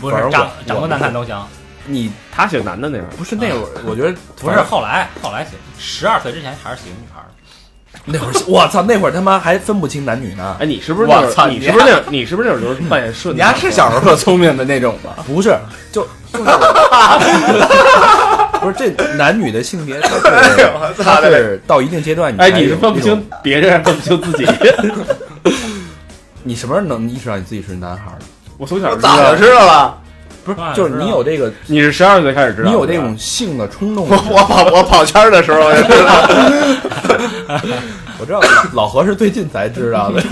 Speaker 2: 不
Speaker 3: 反正
Speaker 2: 是
Speaker 3: 我
Speaker 2: 长
Speaker 3: 我
Speaker 2: 长多难看都行，
Speaker 3: 你
Speaker 7: 他喜欢男的那样。
Speaker 3: 不是那会
Speaker 7: 啊
Speaker 3: 儿，我 觉得
Speaker 2: 不是后来后来十二岁之前还是喜欢女孩儿的，
Speaker 3: 那会儿，我操，那会儿他妈还分不清男女呢。
Speaker 7: 哎，你是不是那
Speaker 4: 我操
Speaker 7: 种？你是不是那种？你是不是那种就是扮演顺？ 啊
Speaker 4: 你丫是小时候特聪明的那种吧？
Speaker 3: 不是，就就那会 儿不是这男女的性别，它
Speaker 4: 哎呦
Speaker 3: 是
Speaker 4: 我
Speaker 3: 它！
Speaker 4: 操
Speaker 3: 是到一定阶段，
Speaker 7: 哎，
Speaker 3: 才
Speaker 7: 你是
Speaker 3: 有
Speaker 7: 分不
Speaker 3: 这种
Speaker 7: 清别人，还分不清自己。
Speaker 3: 你什么时候能意识到你自己是男孩儿的？
Speaker 7: 我从
Speaker 4: 我
Speaker 7: 小就知
Speaker 4: 早就
Speaker 7: 道，
Speaker 4: 知道了。
Speaker 3: 不
Speaker 2: 啊
Speaker 3: 是，就是你有这个，
Speaker 7: 你是十啊二岁开始知道，
Speaker 3: 你有这种性的冲 动。
Speaker 4: 我 我跑我跑圈儿的时候我就知道了。
Speaker 3: 我知道老何是最近才知道 的。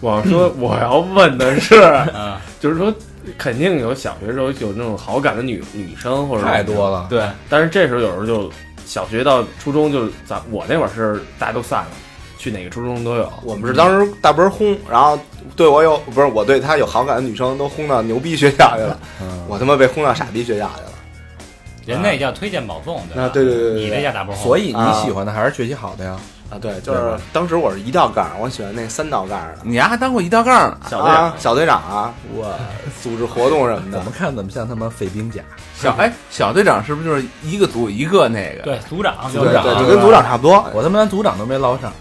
Speaker 7: 我说我要问的是，
Speaker 2: 嗯，
Speaker 7: 就是说，肯定有小学时候有那种好感的女女生或者
Speaker 3: 太多了
Speaker 7: 对。但是这时候有时候就小学到初中就咱我那会儿是大家都散了，去哪个初中都有。
Speaker 4: 我们是当时大波轰，然后对我有不是我对他有好感的女生都轰到牛逼学校去了，
Speaker 3: 嗯，
Speaker 4: 我他妈被轰到傻逼学校去了。
Speaker 2: 人那叫推荐保送，对吧？
Speaker 4: 啊对对对对对
Speaker 2: 你那叫打波，
Speaker 3: 所以你
Speaker 4: 啊
Speaker 3: 喜欢的还是学习好的呀？
Speaker 4: 啊，对，就是当时我是一道杠儿，我喜欢那三道杠儿的。
Speaker 6: 你丫还当过一道杠呢，
Speaker 7: 小队
Speaker 4: 啊，小队长啊，我组织活动什么
Speaker 3: 怎么
Speaker 4: 的，
Speaker 3: 看怎么像他妈废兵甲。
Speaker 6: 小哎小队长是不是就是一个组一个那个？
Speaker 2: 对组长
Speaker 3: 组
Speaker 2: 就
Speaker 4: 对
Speaker 2: 是
Speaker 3: 长啊
Speaker 4: 对，就跟组长差不多。
Speaker 3: 我他妈连组长都没捞上，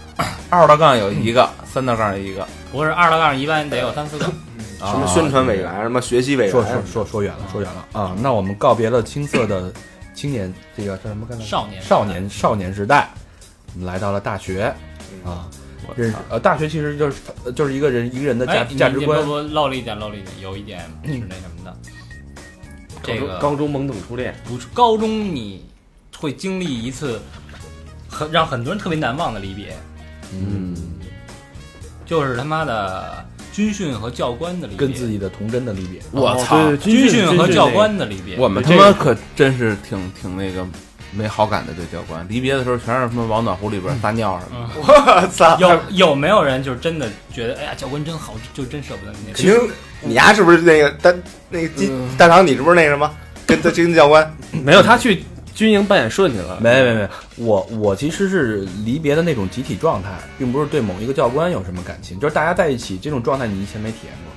Speaker 6: 二道杠有一个，三道杠有一个。
Speaker 2: 不是二道杠一般得有三 四个，
Speaker 3: 什
Speaker 4: 什么宣传委员，什么学习委员，
Speaker 3: 啊说说说说远了，说远了啊！那我们告别了青涩的青年，这个叫什么？刚才
Speaker 2: 少年
Speaker 3: 少年少年时代，我们来到了大学
Speaker 4: 嗯
Speaker 3: 啊，认识呃，大学其实就是呃就是一个人一个人的价
Speaker 2: 哎，
Speaker 3: 价值观嗯
Speaker 2: 不。不漏了一点，漏了一点，有一点是那什么的，这个
Speaker 7: 高中懵懂初恋，
Speaker 2: 不是高中你会经历一次很让很多人特别难忘的离别，
Speaker 3: 嗯，
Speaker 2: 就是他妈的军训和教官的离别，
Speaker 3: 跟自己的童真的离别，
Speaker 6: 我操！
Speaker 7: 哦对
Speaker 2: 军
Speaker 7: 军
Speaker 2: 和教官的离别，
Speaker 6: 我们他
Speaker 7: 对这
Speaker 6: 妈
Speaker 7: 个
Speaker 6: 可真是挺挺那个没好感的对教官，离别的时候全是他妈往暖壶里边撒尿什么的。
Speaker 4: 我操！
Speaker 2: 嗯 有有没有人就是真的觉得哎呀教官真好，就真舍不得你？
Speaker 4: 肯定，你丫是不是那个大那个金大长？你是不是那个什么？跟跟教官
Speaker 7: 没有他去军营扮演顺去了。
Speaker 3: 没没没，我我其实是离别的那种集体状态，并不是对某一个教官有什么感情，就是大家在一起这种状态，你以前没体验过，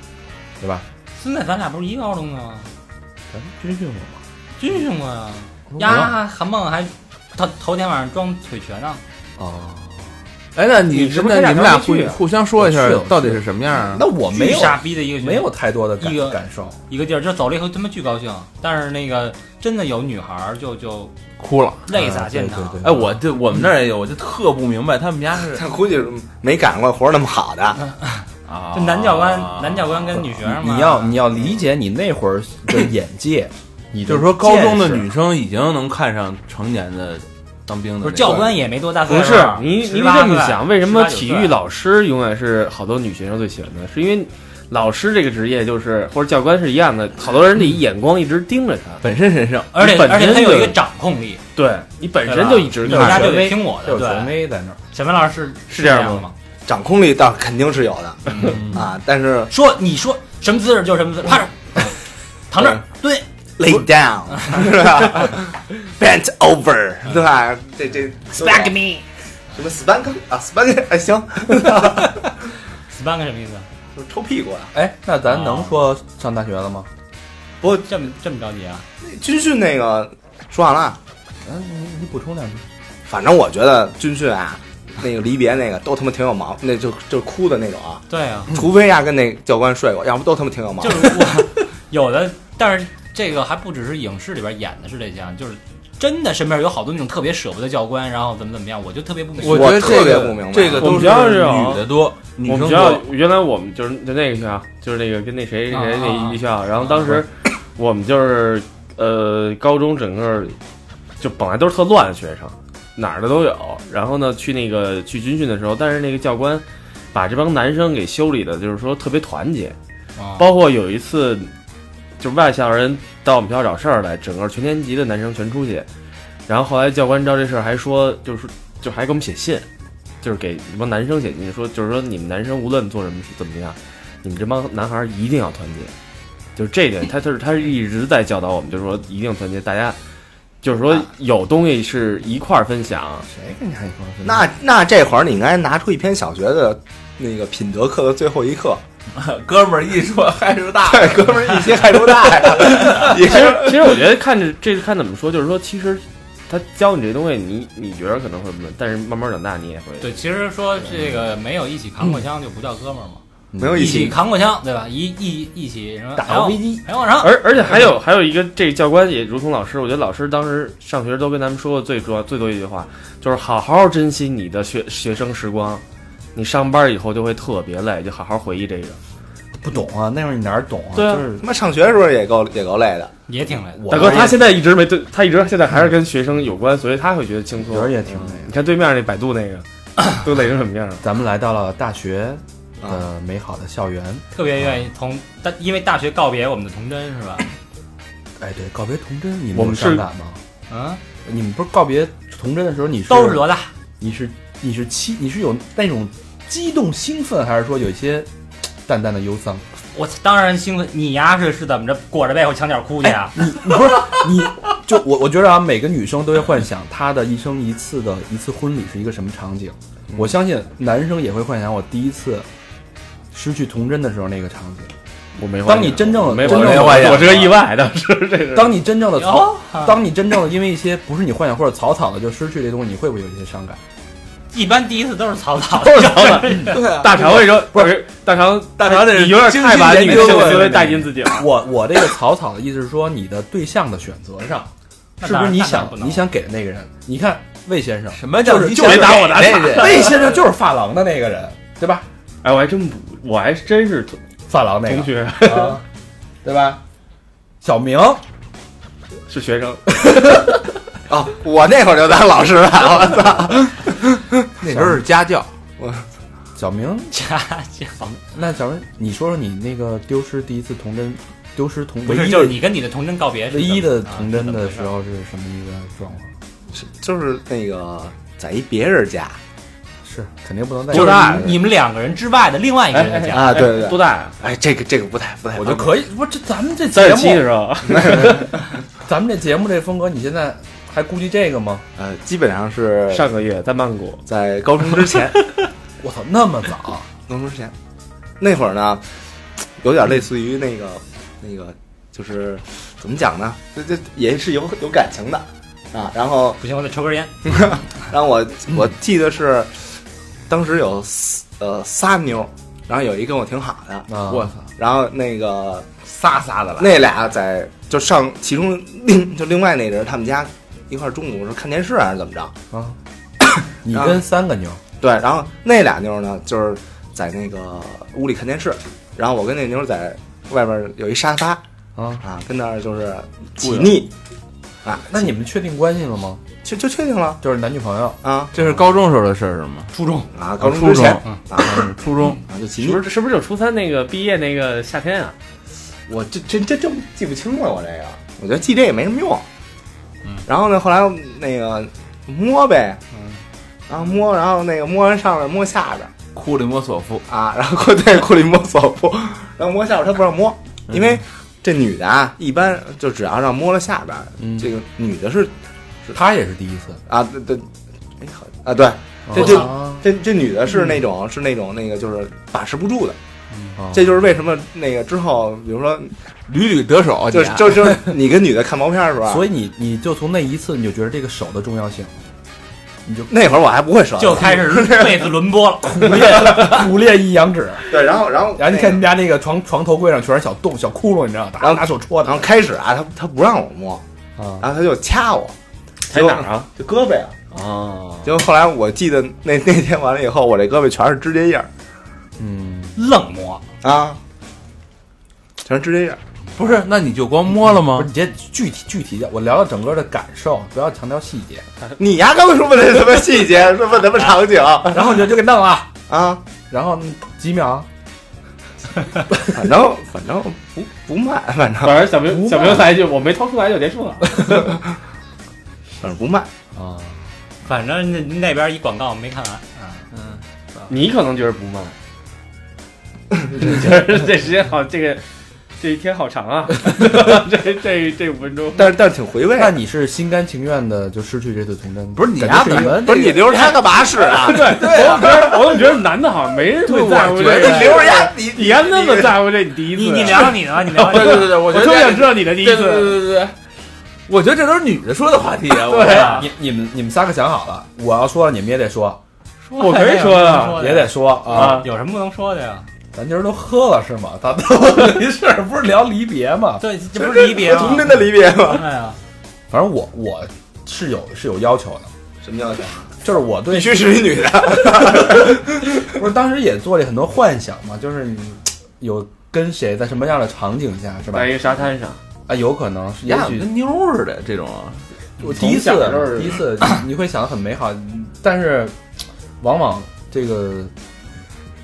Speaker 3: 对吧？
Speaker 2: 现在咱俩不是一高中的吗？
Speaker 3: 咱们军训过吗？
Speaker 2: 军训过呀，
Speaker 7: 嗯
Speaker 3: 我
Speaker 2: 啊呀，韩梦还他头天晚上装腿瘸呢，
Speaker 3: 哦，
Speaker 6: 哎，那你
Speaker 2: 你是不是
Speaker 6: 那你
Speaker 2: 跟
Speaker 6: 们
Speaker 2: 俩装
Speaker 6: 俩互
Speaker 2: 进去啊
Speaker 6: 互相说一下
Speaker 3: 我去我，去
Speaker 6: 到底是什么样啊？
Speaker 3: 那我没
Speaker 2: 巨
Speaker 3: 有
Speaker 2: 傻逼的一个学
Speaker 3: 没有太多的感
Speaker 2: 一个
Speaker 3: 感受，
Speaker 2: 一个地儿，就走了以后他妈巨高兴，但是那个真的有女孩儿就就
Speaker 6: 哭了。
Speaker 2: 泪洒现场。
Speaker 3: 啊对对
Speaker 8: 哎，
Speaker 3: 对
Speaker 8: 我这我们那儿也有，我就特不明白他们家是
Speaker 4: 他估计没赶过活儿那么好的，
Speaker 8: 啊，
Speaker 2: 就男教官，
Speaker 7: 啊
Speaker 2: 男教官跟女学生嘛，
Speaker 3: 你要你要理解你那会儿的眼界，你
Speaker 8: 就是说高中的女生已经能看上成年的当兵的那
Speaker 2: 不
Speaker 8: 个，
Speaker 2: 是教官也没多大岁
Speaker 7: 不
Speaker 2: 数啊
Speaker 7: 是
Speaker 2: 儿，
Speaker 7: 啊你，你得
Speaker 2: 18
Speaker 7: 这么想，为什么
Speaker 2: 18
Speaker 7: 体育老师永远是好多女学生最喜欢的？是因为老师这个职业就是或者教官是一样的，好多人的眼光一直盯着他，
Speaker 8: 本身神圣，
Speaker 2: 而且
Speaker 7: 本
Speaker 2: 而且
Speaker 7: 身
Speaker 2: 他有
Speaker 7: 就
Speaker 2: 一个掌控力，
Speaker 7: 对你本
Speaker 2: 对
Speaker 7: 身
Speaker 2: 吧
Speaker 7: 就一直
Speaker 2: 大家
Speaker 7: 看着
Speaker 2: 就得听我
Speaker 3: 就
Speaker 2: 的。
Speaker 3: 有权
Speaker 2: 对，
Speaker 3: 威在那儿。
Speaker 2: 小明老师是
Speaker 7: 是这样
Speaker 2: 样
Speaker 7: 吗
Speaker 2: 吗？
Speaker 4: 掌控力倒肯定是有的、啊，但是
Speaker 2: 说你说什么姿势就什么姿势，趴 着，躺这儿蹲，
Speaker 4: lay down 是吧，bent over 对吧？这这
Speaker 2: spank me。
Speaker 4: 什么 spank 啊 spank 哎行，
Speaker 2: spank 什么意思？
Speaker 4: 就是抽屁股啊呀、
Speaker 3: 哎，那咱能说上大学了吗？
Speaker 2: 不这么这么着急啊？
Speaker 4: 军训那个说完了，
Speaker 3: 嗯、你你补充两句。
Speaker 4: 反正我觉得军训啊，那个离别那个都他妈挺有毛，那就就哭的那种啊，
Speaker 2: 对啊，
Speaker 3: 嗯
Speaker 4: 除非呀跟那教官睡过，要不都他妈挺有毛
Speaker 2: 就。是我有的，但是这个还不只是影视里边演的是这样，就是真的身边有好多那种特别舍不得教官，然后怎么怎么样，我就特别不明白。
Speaker 4: 我
Speaker 8: 觉得
Speaker 4: 特
Speaker 8: 这
Speaker 4: 别
Speaker 8: 个
Speaker 4: 不明白
Speaker 8: 这个
Speaker 7: 我
Speaker 8: 都
Speaker 7: 们
Speaker 8: 是
Speaker 7: 学校是有
Speaker 8: 女的多，女
Speaker 7: 我
Speaker 8: 生
Speaker 7: 们学校
Speaker 8: 多。
Speaker 7: 原来我们就是就那个学校，就是那个跟那谁谁谁
Speaker 2: 啊啊啊
Speaker 7: 那一校，然后当时我们就是呃高中整个就本来都是特乱的学生，哪儿的都有。然后呢，去那个去军训的时候，但是那个教官把这帮男生给修理的，就是说特别团结，
Speaker 2: 啊
Speaker 7: 包括有一次就外校人到我们学校找事儿来，整个全年级的男生全出去，然后后来教官知道这事儿还说就是就还给我们写信。就是给这帮男生写信，说就是说你们男生无论做什么怎么样，你们这帮男孩儿一定要团结。就是这一点，他就是他是一直在教导我们，就是说一定团结，大家就是说有东西是一块儿分享。
Speaker 3: 谁跟你还一块儿分？
Speaker 4: 那那这会儿你应该拿出一篇小学的那个品德课的最后一课，
Speaker 8: 哥们儿一说害数大，
Speaker 4: 对，哥们儿一起害出大 呀，也
Speaker 7: 其实其实我觉得看着这看怎么说，就是说其实他教你这东西，你你觉得可能会不，但是慢慢长大你也会。
Speaker 2: 对，其实说这个没有一起扛过枪就不叫哥们儿嘛，
Speaker 4: 没嗯有一
Speaker 2: 一
Speaker 4: 起
Speaker 2: 扛过枪对吧？一一一起什么
Speaker 4: 打过
Speaker 2: 过
Speaker 4: 飞机，
Speaker 2: 哎，往上，
Speaker 7: 而而且还有还有一个，这个教官也如同老师，我觉得老师当时上学都跟咱们说过最主要最多一句话，就是好好珍惜你的学学生时光。你上班以后就会特别累，就好好回忆这个。
Speaker 3: 不懂啊，那会儿你哪儿懂啊？
Speaker 7: 对啊
Speaker 3: 就是
Speaker 4: 他妈上学的时候也够也够累的，
Speaker 2: 也挺累的。
Speaker 3: 我
Speaker 7: 大哥，
Speaker 3: 们
Speaker 7: 他现在一直没对，他一直现在还是跟学生有关，所以他会觉得轻松
Speaker 3: 有时。候也挺累。
Speaker 7: 你看对面那百度那个，都累成什么样了？
Speaker 3: 咱们来到了大学的美好的校园，
Speaker 2: 特别愿意同大，因为大学告别我们的童真是吧？
Speaker 3: 哎，对，告别童真，你
Speaker 7: 我
Speaker 3: 们有
Speaker 7: 们是
Speaker 3: 伤感吗？
Speaker 2: 嗯，
Speaker 3: 你们不是告别童真的时候，你是
Speaker 2: 都是多大？
Speaker 3: 你是你是期你是有那种激动兴奋，还是说有一些嘖淡淡的忧伤？
Speaker 2: 我当然兴奋，你呀是是怎么着？裹着被后墙角哭去啊？
Speaker 3: 你不是你就我我觉得啊，每个女生都会幻想她的一生一次的一次婚礼是一个什么场景。
Speaker 8: 嗯
Speaker 3: 我相信男生也会幻想我第一次失去童真的时候那个场景。
Speaker 7: 我没
Speaker 3: 当你真正
Speaker 7: 没
Speaker 3: 真正
Speaker 7: 我我是个意外，当时这是
Speaker 3: 当你真正的
Speaker 2: 有
Speaker 3: 草，
Speaker 8: 啊
Speaker 2: 啊
Speaker 3: 当你真正的因为一些不是你幻想或者草草的就失去这东西，你会不会有一些伤感？
Speaker 2: 一般第一次都是草草，
Speaker 7: 都是草 草
Speaker 4: 对啊，
Speaker 7: 大肠会说不是大肠
Speaker 8: 大肠得
Speaker 7: 你有点太把
Speaker 8: 精
Speaker 7: 女
Speaker 8: 心研
Speaker 7: 性
Speaker 8: 究过
Speaker 7: 思维
Speaker 8: 的
Speaker 7: 带进自己了。
Speaker 3: 我我这个草草的意思是说，你的对象的选择上，
Speaker 2: 那
Speaker 3: 是
Speaker 2: 当
Speaker 3: 不
Speaker 2: 然
Speaker 3: 是你
Speaker 2: 那当然
Speaker 3: 想
Speaker 2: 不能
Speaker 3: 你想给的那个人？你看魏先生，
Speaker 8: 什么叫
Speaker 3: 就是
Speaker 8: 你
Speaker 3: 就是
Speaker 8: 想
Speaker 7: 打我打
Speaker 8: 给
Speaker 4: 哎
Speaker 8: 那人
Speaker 3: 魏先生就是发廊的那个人，对吧？
Speaker 7: 哎，我还真不，我还真是同
Speaker 3: 发廊那
Speaker 7: 同
Speaker 3: 个
Speaker 7: 学
Speaker 3: 啊， 对吧？小明，
Speaker 7: 是学生，
Speaker 4: 哦，我那会儿就当老师了，我操，
Speaker 8: 那时候是家教，
Speaker 3: 小明，
Speaker 2: 家家房
Speaker 3: 那小明，你说说你那个丢失第一次童真，丢失童
Speaker 2: 不
Speaker 3: 唯
Speaker 2: 是
Speaker 3: 一
Speaker 2: 就是
Speaker 3: 的
Speaker 2: 你跟你的童真告别是
Speaker 3: 唯
Speaker 2: 怎么，
Speaker 3: 一的
Speaker 2: 啊
Speaker 3: 童真的时，
Speaker 2: 是怎么回事
Speaker 3: 候是什么一个状况？
Speaker 4: 就是那个在一别人家
Speaker 3: 是肯定不能再
Speaker 2: 就是
Speaker 7: 大
Speaker 2: 你你们两个人之外的另外一个人的家，
Speaker 4: 啊，对对对
Speaker 7: 哎多，大呀？
Speaker 4: 哎，这个这个不太不太
Speaker 3: 我
Speaker 4: 方便，
Speaker 3: 就可以，不是这咱们这
Speaker 7: 三
Speaker 3: 节
Speaker 7: 十七的
Speaker 3: 目，
Speaker 7: 时候，
Speaker 3: 咱们这节目这风格，你现在还估计这个吗？
Speaker 4: 呃，基本上是
Speaker 7: 上个月在曼谷，
Speaker 4: 在高中之 前，
Speaker 3: 我操，那么早，
Speaker 4: 高中之前，那会儿呢，有点类似于那个那个，就是怎么讲呢？这这也是有有感情的啊。然后
Speaker 2: 不行，我得抽根烟。
Speaker 4: 让我我记得是当时有四呃仨妞儿，然后有一跟我挺好的，
Speaker 6: 啊
Speaker 3: 我操，
Speaker 4: 然后那个
Speaker 3: 仨仨的了，
Speaker 4: 那俩在就上其中另就另外那人他们家一块儿中午是看电视还是怎么着？
Speaker 3: 你
Speaker 2: 啊
Speaker 3: 跟三个妞，
Speaker 4: 对，然后那俩妞呢，就是在那个屋里看电视，然后我跟那妞在外边有一沙发
Speaker 3: 啊
Speaker 4: 啊，跟那儿就是起腻啊，
Speaker 3: 那你们确定关系了吗？
Speaker 4: 就就确定了
Speaker 3: 就是男女朋友，
Speaker 4: 啊
Speaker 6: 这是高中时候的事儿是吗？
Speaker 2: 初中
Speaker 4: 啊，高中
Speaker 6: 初
Speaker 4: 之
Speaker 6: 中
Speaker 4: 前啊
Speaker 6: 嗯初中
Speaker 4: 啊就起
Speaker 7: 是
Speaker 4: 腻，
Speaker 7: 不是是不是有初三那个毕业那个夏天啊？
Speaker 4: 我这这这这记不清了，我这个，我觉得记这也没什么用。然后呢，后来那个摸呗，然后摸，然后那个摸完上边摸下边，
Speaker 8: 库里莫索夫，
Speaker 4: 啊，然后 对库里摸索布，然后摸下边儿他不让摸，因为这女的啊，一般就只要让摸了下边儿，这个女的嗯是
Speaker 3: 他也是第一次，
Speaker 4: 啊，对对，哎好啊，对，这就这这女的是那种是那种那个就是把持不住的，这就是为什么那个之后，比如说
Speaker 6: 屡屡得手，
Speaker 4: 就
Speaker 6: 你啊
Speaker 4: 就就是你跟女的看毛片儿的时候啊，
Speaker 3: 所
Speaker 4: 以
Speaker 3: 以你你就从那一次你就觉得这个手的重要性，
Speaker 4: 那会儿我还不会说，
Speaker 2: 就开始妹子轮播了。
Speaker 3: 苦练一阳指，
Speaker 4: 对，然后然后
Speaker 3: 然哎后你看
Speaker 4: 那个
Speaker 3: 人家那个床床头柜上全是小洞小窟窿，你知道，
Speaker 4: 然
Speaker 3: 拿
Speaker 4: 后
Speaker 3: 拿手戳
Speaker 4: 然
Speaker 3: 的
Speaker 4: 后开始啊，他他不让我摸，
Speaker 3: 啊，
Speaker 4: 然后他就掐我，
Speaker 7: 在哪儿啊？
Speaker 4: 就胳膊啊。
Speaker 7: 哦，
Speaker 4: 结果后来我记得那那天完了以后，我这胳膊全是指甲印儿
Speaker 3: 嗯，
Speaker 2: 愣摸，
Speaker 4: 啊，全是指甲印儿。
Speaker 6: 不是？那你就光摸了
Speaker 3: 不
Speaker 6: 吗
Speaker 3: 是？你这具体具体的，我聊聊整个的感受，不要强调细节，
Speaker 4: 你呀，刚才说问的是什么细节？是问什么场景
Speaker 3: 然后你就就给弄了，
Speaker 4: 啊？
Speaker 3: 然后嗯 几秒，
Speaker 4: 反正反正不不卖，反正
Speaker 7: 反正小明小明来一句，我没掏出来就结束了。
Speaker 4: 反正不卖。
Speaker 2: 反正那那边一广告没看完，
Speaker 7: 你可能觉得不慢，你觉得这时间好，这个这一天好长啊，这这这五分钟。
Speaker 4: 但是但是挺回味。
Speaker 3: 那你是心甘情愿的就失去这次童真，不是你
Speaker 6: 丫
Speaker 3: 是一个
Speaker 4: 不是你留着他干嘛使啊？
Speaker 7: 对对，我怎么觉得我怎么觉得男的好像没人会在乎这
Speaker 4: 你留着
Speaker 7: 个？
Speaker 4: 他，你
Speaker 7: 你还那么在乎这你第一次？
Speaker 2: 你你聊聊你的吧，你 聊
Speaker 8: 对
Speaker 2: 聊你
Speaker 8: 对
Speaker 2: 的。
Speaker 8: 对对，我
Speaker 7: 我
Speaker 8: 觉
Speaker 7: 特
Speaker 8: 得
Speaker 7: 别想
Speaker 8: 这
Speaker 7: 知道你的第一
Speaker 8: 对对
Speaker 7: 次。
Speaker 8: 对对对，我觉得这都是女的说的话题 啊，我
Speaker 7: 对啊，
Speaker 3: 你你们你们三个想好了，我要说了你们也得说，
Speaker 7: 我可以说 的。
Speaker 3: 也得说啊，
Speaker 2: 有什么不能说的呀？
Speaker 3: 咱今儿都喝了是吗？ 咱都没事儿，不是聊离别吗？
Speaker 2: 对，这不是离别吗？
Speaker 4: 童真的离别吗？
Speaker 2: 哎呀，
Speaker 3: 反正我我是有是有要求的，
Speaker 4: 什么要求？
Speaker 3: 就是我对
Speaker 4: 必须是一女的。
Speaker 3: 不是当时也做了很多幻想嘛，就是你有跟谁在什么样的场景下是吧
Speaker 7: 在？一个沙滩上，
Speaker 3: 啊，有可能，是，也
Speaker 8: 呀，
Speaker 3: 许
Speaker 8: 跟妞儿似的这种啊，
Speaker 3: 我第一次
Speaker 7: 从小就是
Speaker 3: 第一次你会想的很美好，但是往往这个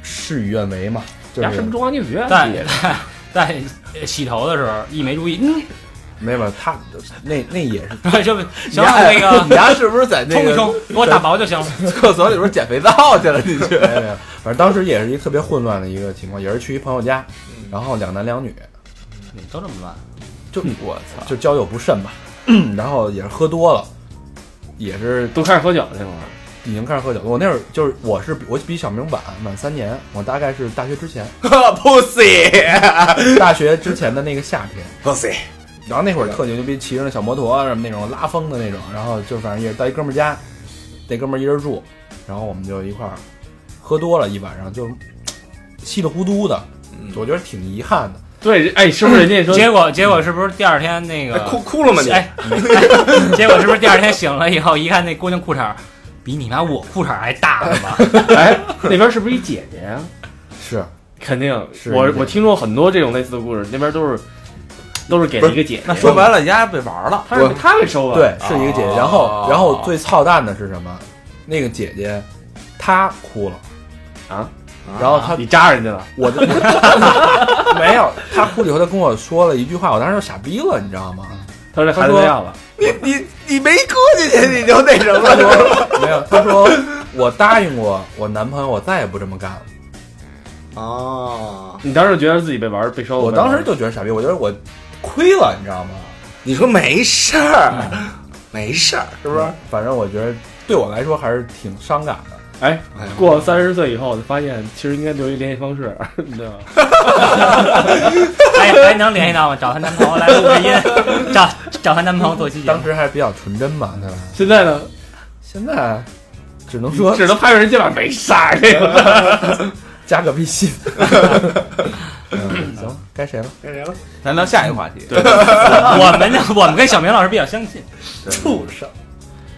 Speaker 3: 事与愿违嘛，就
Speaker 7: 呀，
Speaker 3: 是
Speaker 7: 是不是中央女子学院
Speaker 2: 但
Speaker 7: 毕业的？
Speaker 2: 在洗头的时候一没注意，嗯，
Speaker 3: 没有没有他那那也是
Speaker 2: 就行了，那个
Speaker 8: 你丫是不是在那
Speaker 2: 冲一
Speaker 8: 个
Speaker 2: 冲，给我打薄就行了。
Speaker 8: 厕所里边捡肥皂去了？你去
Speaker 3: 没有没有，哎反正当时也是一个特别混乱的一个情况，也是去一朋友家，然后两男两女，
Speaker 2: 你都这么乱，
Speaker 3: 就
Speaker 8: 我操！
Speaker 3: 就交友不慎吧，然后也是喝多了，也是
Speaker 7: 都开始喝酒了那会儿，
Speaker 3: 已经开始喝酒了。我那会儿就是我是比我比小明晚晚三年，我大概是大学之前，
Speaker 4: Pussy
Speaker 3: 大学之前的那个夏天，
Speaker 4: Pussy，
Speaker 3: 然后那会儿特牛逼，骑着那小摩托啊什么那种拉风的那种，然后就反正也是到一哥们儿家，那哥们儿一人住，然后我们就一块儿喝多了一晚上，就稀里糊涂的，我觉得挺遗憾的。
Speaker 7: 对，哎，是不是人家说
Speaker 3: 嗯
Speaker 2: 结果结果是不是第二天那个
Speaker 4: 哭哭了吗你？哦
Speaker 2: 哎，哎结果是不是第二天醒了以后一看那姑娘裤衩儿比你妈我裤衩儿还大呢 吧？
Speaker 7: 哎 那边是不是一姐姐呀？
Speaker 3: 是
Speaker 7: 肯定，
Speaker 3: 是
Speaker 7: 我
Speaker 3: 是
Speaker 7: 我听说很多这种类似的故事，那边都是都是给了一个姐姐，
Speaker 8: 那说白了，人家被玩了，
Speaker 7: 他是被他给收了，
Speaker 3: 对，是一个姐姐。然
Speaker 8: 哦
Speaker 3: 后，然后最操蛋的是什么？那个姐姐她哭了，
Speaker 7: 啊，
Speaker 3: 然后她
Speaker 7: 你扎人家了，
Speaker 3: 我的没有，她哭了以后，她跟我说了一句话，我当时就傻逼了，你知道吗？
Speaker 7: 他说这孩子
Speaker 3: 他说
Speaker 7: 要了，
Speaker 4: 你你你没搁进去你就那什么了？
Speaker 3: 没有，她说我答应过我男朋友，我再也不这么干了。
Speaker 4: 哦，
Speaker 7: 你当时觉得自己被玩儿被收了，
Speaker 3: 我当时就觉得傻逼，我觉得我亏了，你知道吗？
Speaker 4: 你说没事儿，没事儿，是不是？
Speaker 3: 反正我觉得对我来说还是挺伤感的。
Speaker 7: 哎
Speaker 4: 哎呀，
Speaker 7: 过三十岁以后，发现其实应该留一联系方式，对吧？
Speaker 2: 哎，还能联系到吗？找她男朋友来录个音，找找她男朋友做期节目
Speaker 3: 当。时还比较纯真嘛，对吧？
Speaker 7: 现在呢，
Speaker 3: 现在只能说
Speaker 7: 只能拍拍人肩膀，没事儿。这个
Speaker 3: 加个微信。嗯行，该谁了？
Speaker 4: 那谁了？
Speaker 6: 咱聊下一个话题。
Speaker 2: 我们呢，我们跟小明老师比较相近，畜生，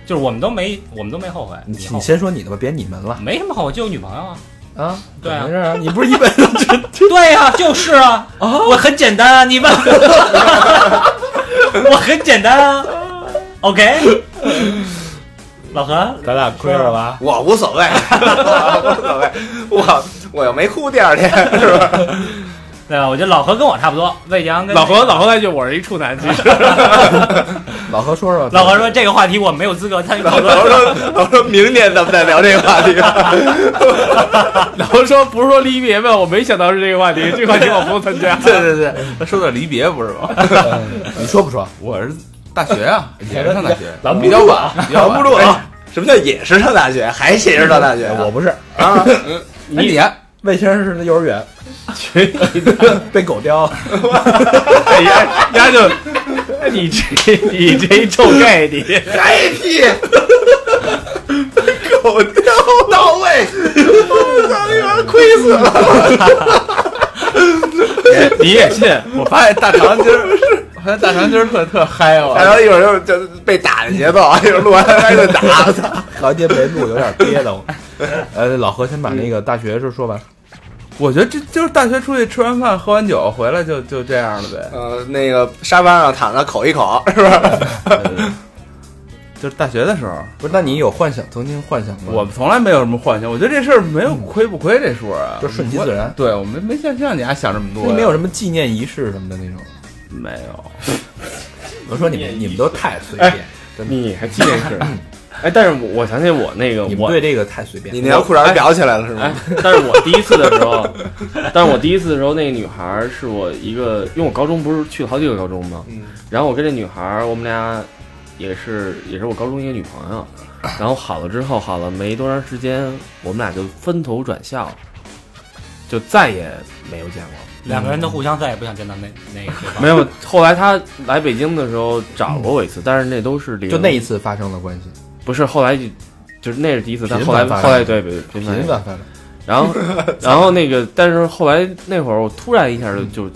Speaker 2: 就是我们都没，我们都没后悔。
Speaker 3: 你
Speaker 2: 你后
Speaker 3: 你先说你的吧，别你们了
Speaker 2: 没什么后悔，就有女朋友 啊。
Speaker 3: 啊！
Speaker 2: 对啊
Speaker 3: 怎么回事啊？你不是一本
Speaker 2: 对呀、就是啊，
Speaker 4: 哦
Speaker 2: 我很简单啊，你 问我，我很简单啊。OK，老何，
Speaker 3: 咱俩亏了吧？
Speaker 4: 我无所谓， 我无所谓，我我又没哭第二天， 是不是？
Speaker 2: 对吧？我觉得老何跟我差不多，魏翔跟
Speaker 7: 老何，老何那句我是一处男，其实
Speaker 3: 老何说说，
Speaker 2: 老何说这个话题我没有资格参与讨论。
Speaker 4: 我说我说明年咱们再聊这个话题吧。
Speaker 7: 老何说不是说离别吗？我没想到是这个话题，这个话题我不用参加。
Speaker 6: 对对对， 他说点离别不是吗？
Speaker 3: 你说不说？
Speaker 6: 我是大学啊，也是上大学，
Speaker 3: 拦不
Speaker 6: 比 较晚，比较晚。
Speaker 4: 住了。哎什么叫也是上大学？还写着上大学啊？
Speaker 3: 我不是，
Speaker 4: 啊，
Speaker 6: 哎你
Speaker 3: 魏先生是幼儿 园， 被狗叼了。
Speaker 7: 哎呀，丫就，你这你这一臭 gay，你
Speaker 4: 还屁！ 狗叼到位，我操，你妈亏死了！
Speaker 7: 你也信？
Speaker 6: 我发现大长今儿，我发现大长今儿特特嗨哦。
Speaker 4: 然后一会儿又就被打的节奏，一会儿录完还得打，我操！
Speaker 3: 老爹没录，有点憋的我。 呃，老何先把那个大学是说完。
Speaker 6: 我觉得这就是大学出去吃完饭喝完酒回来就就这样了呗。
Speaker 4: 呃，那个沙发上躺着口一口，
Speaker 6: 就是大学的时候，
Speaker 3: 不是，那你有幻想，曾经幻想过？
Speaker 6: 我从来没有什么幻想，我觉得这事儿没有亏不亏这说啊，
Speaker 3: 就顺其自然
Speaker 6: 我对，我没没像像你还想这么多
Speaker 3: 那
Speaker 6: 呀，
Speaker 3: 没有什么纪念仪式什么的那种。
Speaker 6: 没有，
Speaker 3: 我说你们你们都太随便，真的，
Speaker 7: 你还记得是？ 哎，但是我我想起我那个
Speaker 3: 嗯你们
Speaker 7: 我
Speaker 3: 对这个太随便。
Speaker 4: 你那条裤衩裱起来了是
Speaker 7: 哎
Speaker 4: 吗？，
Speaker 7: 但是我第一次的时候， 但是我第一次的时候，那个女孩儿是我一个，因为我高中不是去了好几个高中嘛，
Speaker 4: 嗯
Speaker 7: 然后我跟这女孩儿，我们俩也是也是我高中一个女朋友，然后好了之后，好了没多长时间，我们俩就分头转校了，就再也没有见过。
Speaker 2: 两个人都互相再也不想见到那那个对方。
Speaker 7: 没有，后来她来北京的时候找过我一次，但是那都是零，
Speaker 3: 就那一次发生了关系，
Speaker 7: 不是后来就就是那是第一次，但
Speaker 3: 频
Speaker 7: 后来
Speaker 3: 繁发
Speaker 7: 后
Speaker 3: 生
Speaker 7: 来对频繁
Speaker 3: 频繁发生，
Speaker 7: 然 后，然后那个，但是后来那会儿，我突然一下就就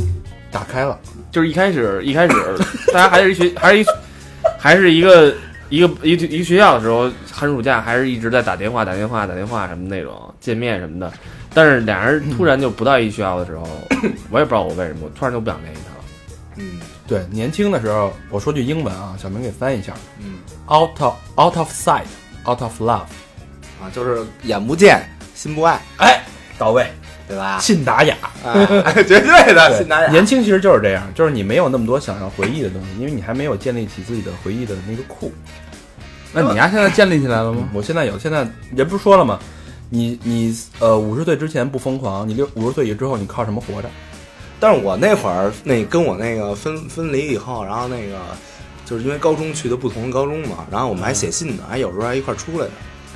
Speaker 3: 打开了。
Speaker 7: 就是一开始一开始，大家还是一 学，还是一还是一个一个一个一个学校的时候，寒暑假还是一直在打电话、打电话、打电话什么那种见面什么的。但是俩人突然就不到一学校 的时候，我也不知道我为什么，我突然就不想联系他了。
Speaker 4: 嗯
Speaker 3: 对，年轻的时候，我说句英文啊，小明给翻译一下
Speaker 4: 嗯，
Speaker 3: ：out of out of sight, out of love。
Speaker 4: 啊，就是眼不见心不爱，
Speaker 3: 哎，到位，
Speaker 4: 对吧？
Speaker 3: 信达雅。
Speaker 4: 啊，绝对的，
Speaker 3: 对
Speaker 4: 信达雅。
Speaker 3: 年轻其实就是这样，就是你没有那么多想要回忆的东西，因为你还没有建立起自己的回忆的那个库。
Speaker 6: 那你丫现在建立起来了吗？
Speaker 3: 我现在有，现在人不是说了吗？你你呃，五十岁之前不疯狂，你六五十岁之后你靠什么活着？
Speaker 4: 但是我那会儿那跟我那个分分离以后，然后那个就是因为高中去的不同的高中嘛，然后我们还写信呢，还有时候还一块儿出来呢。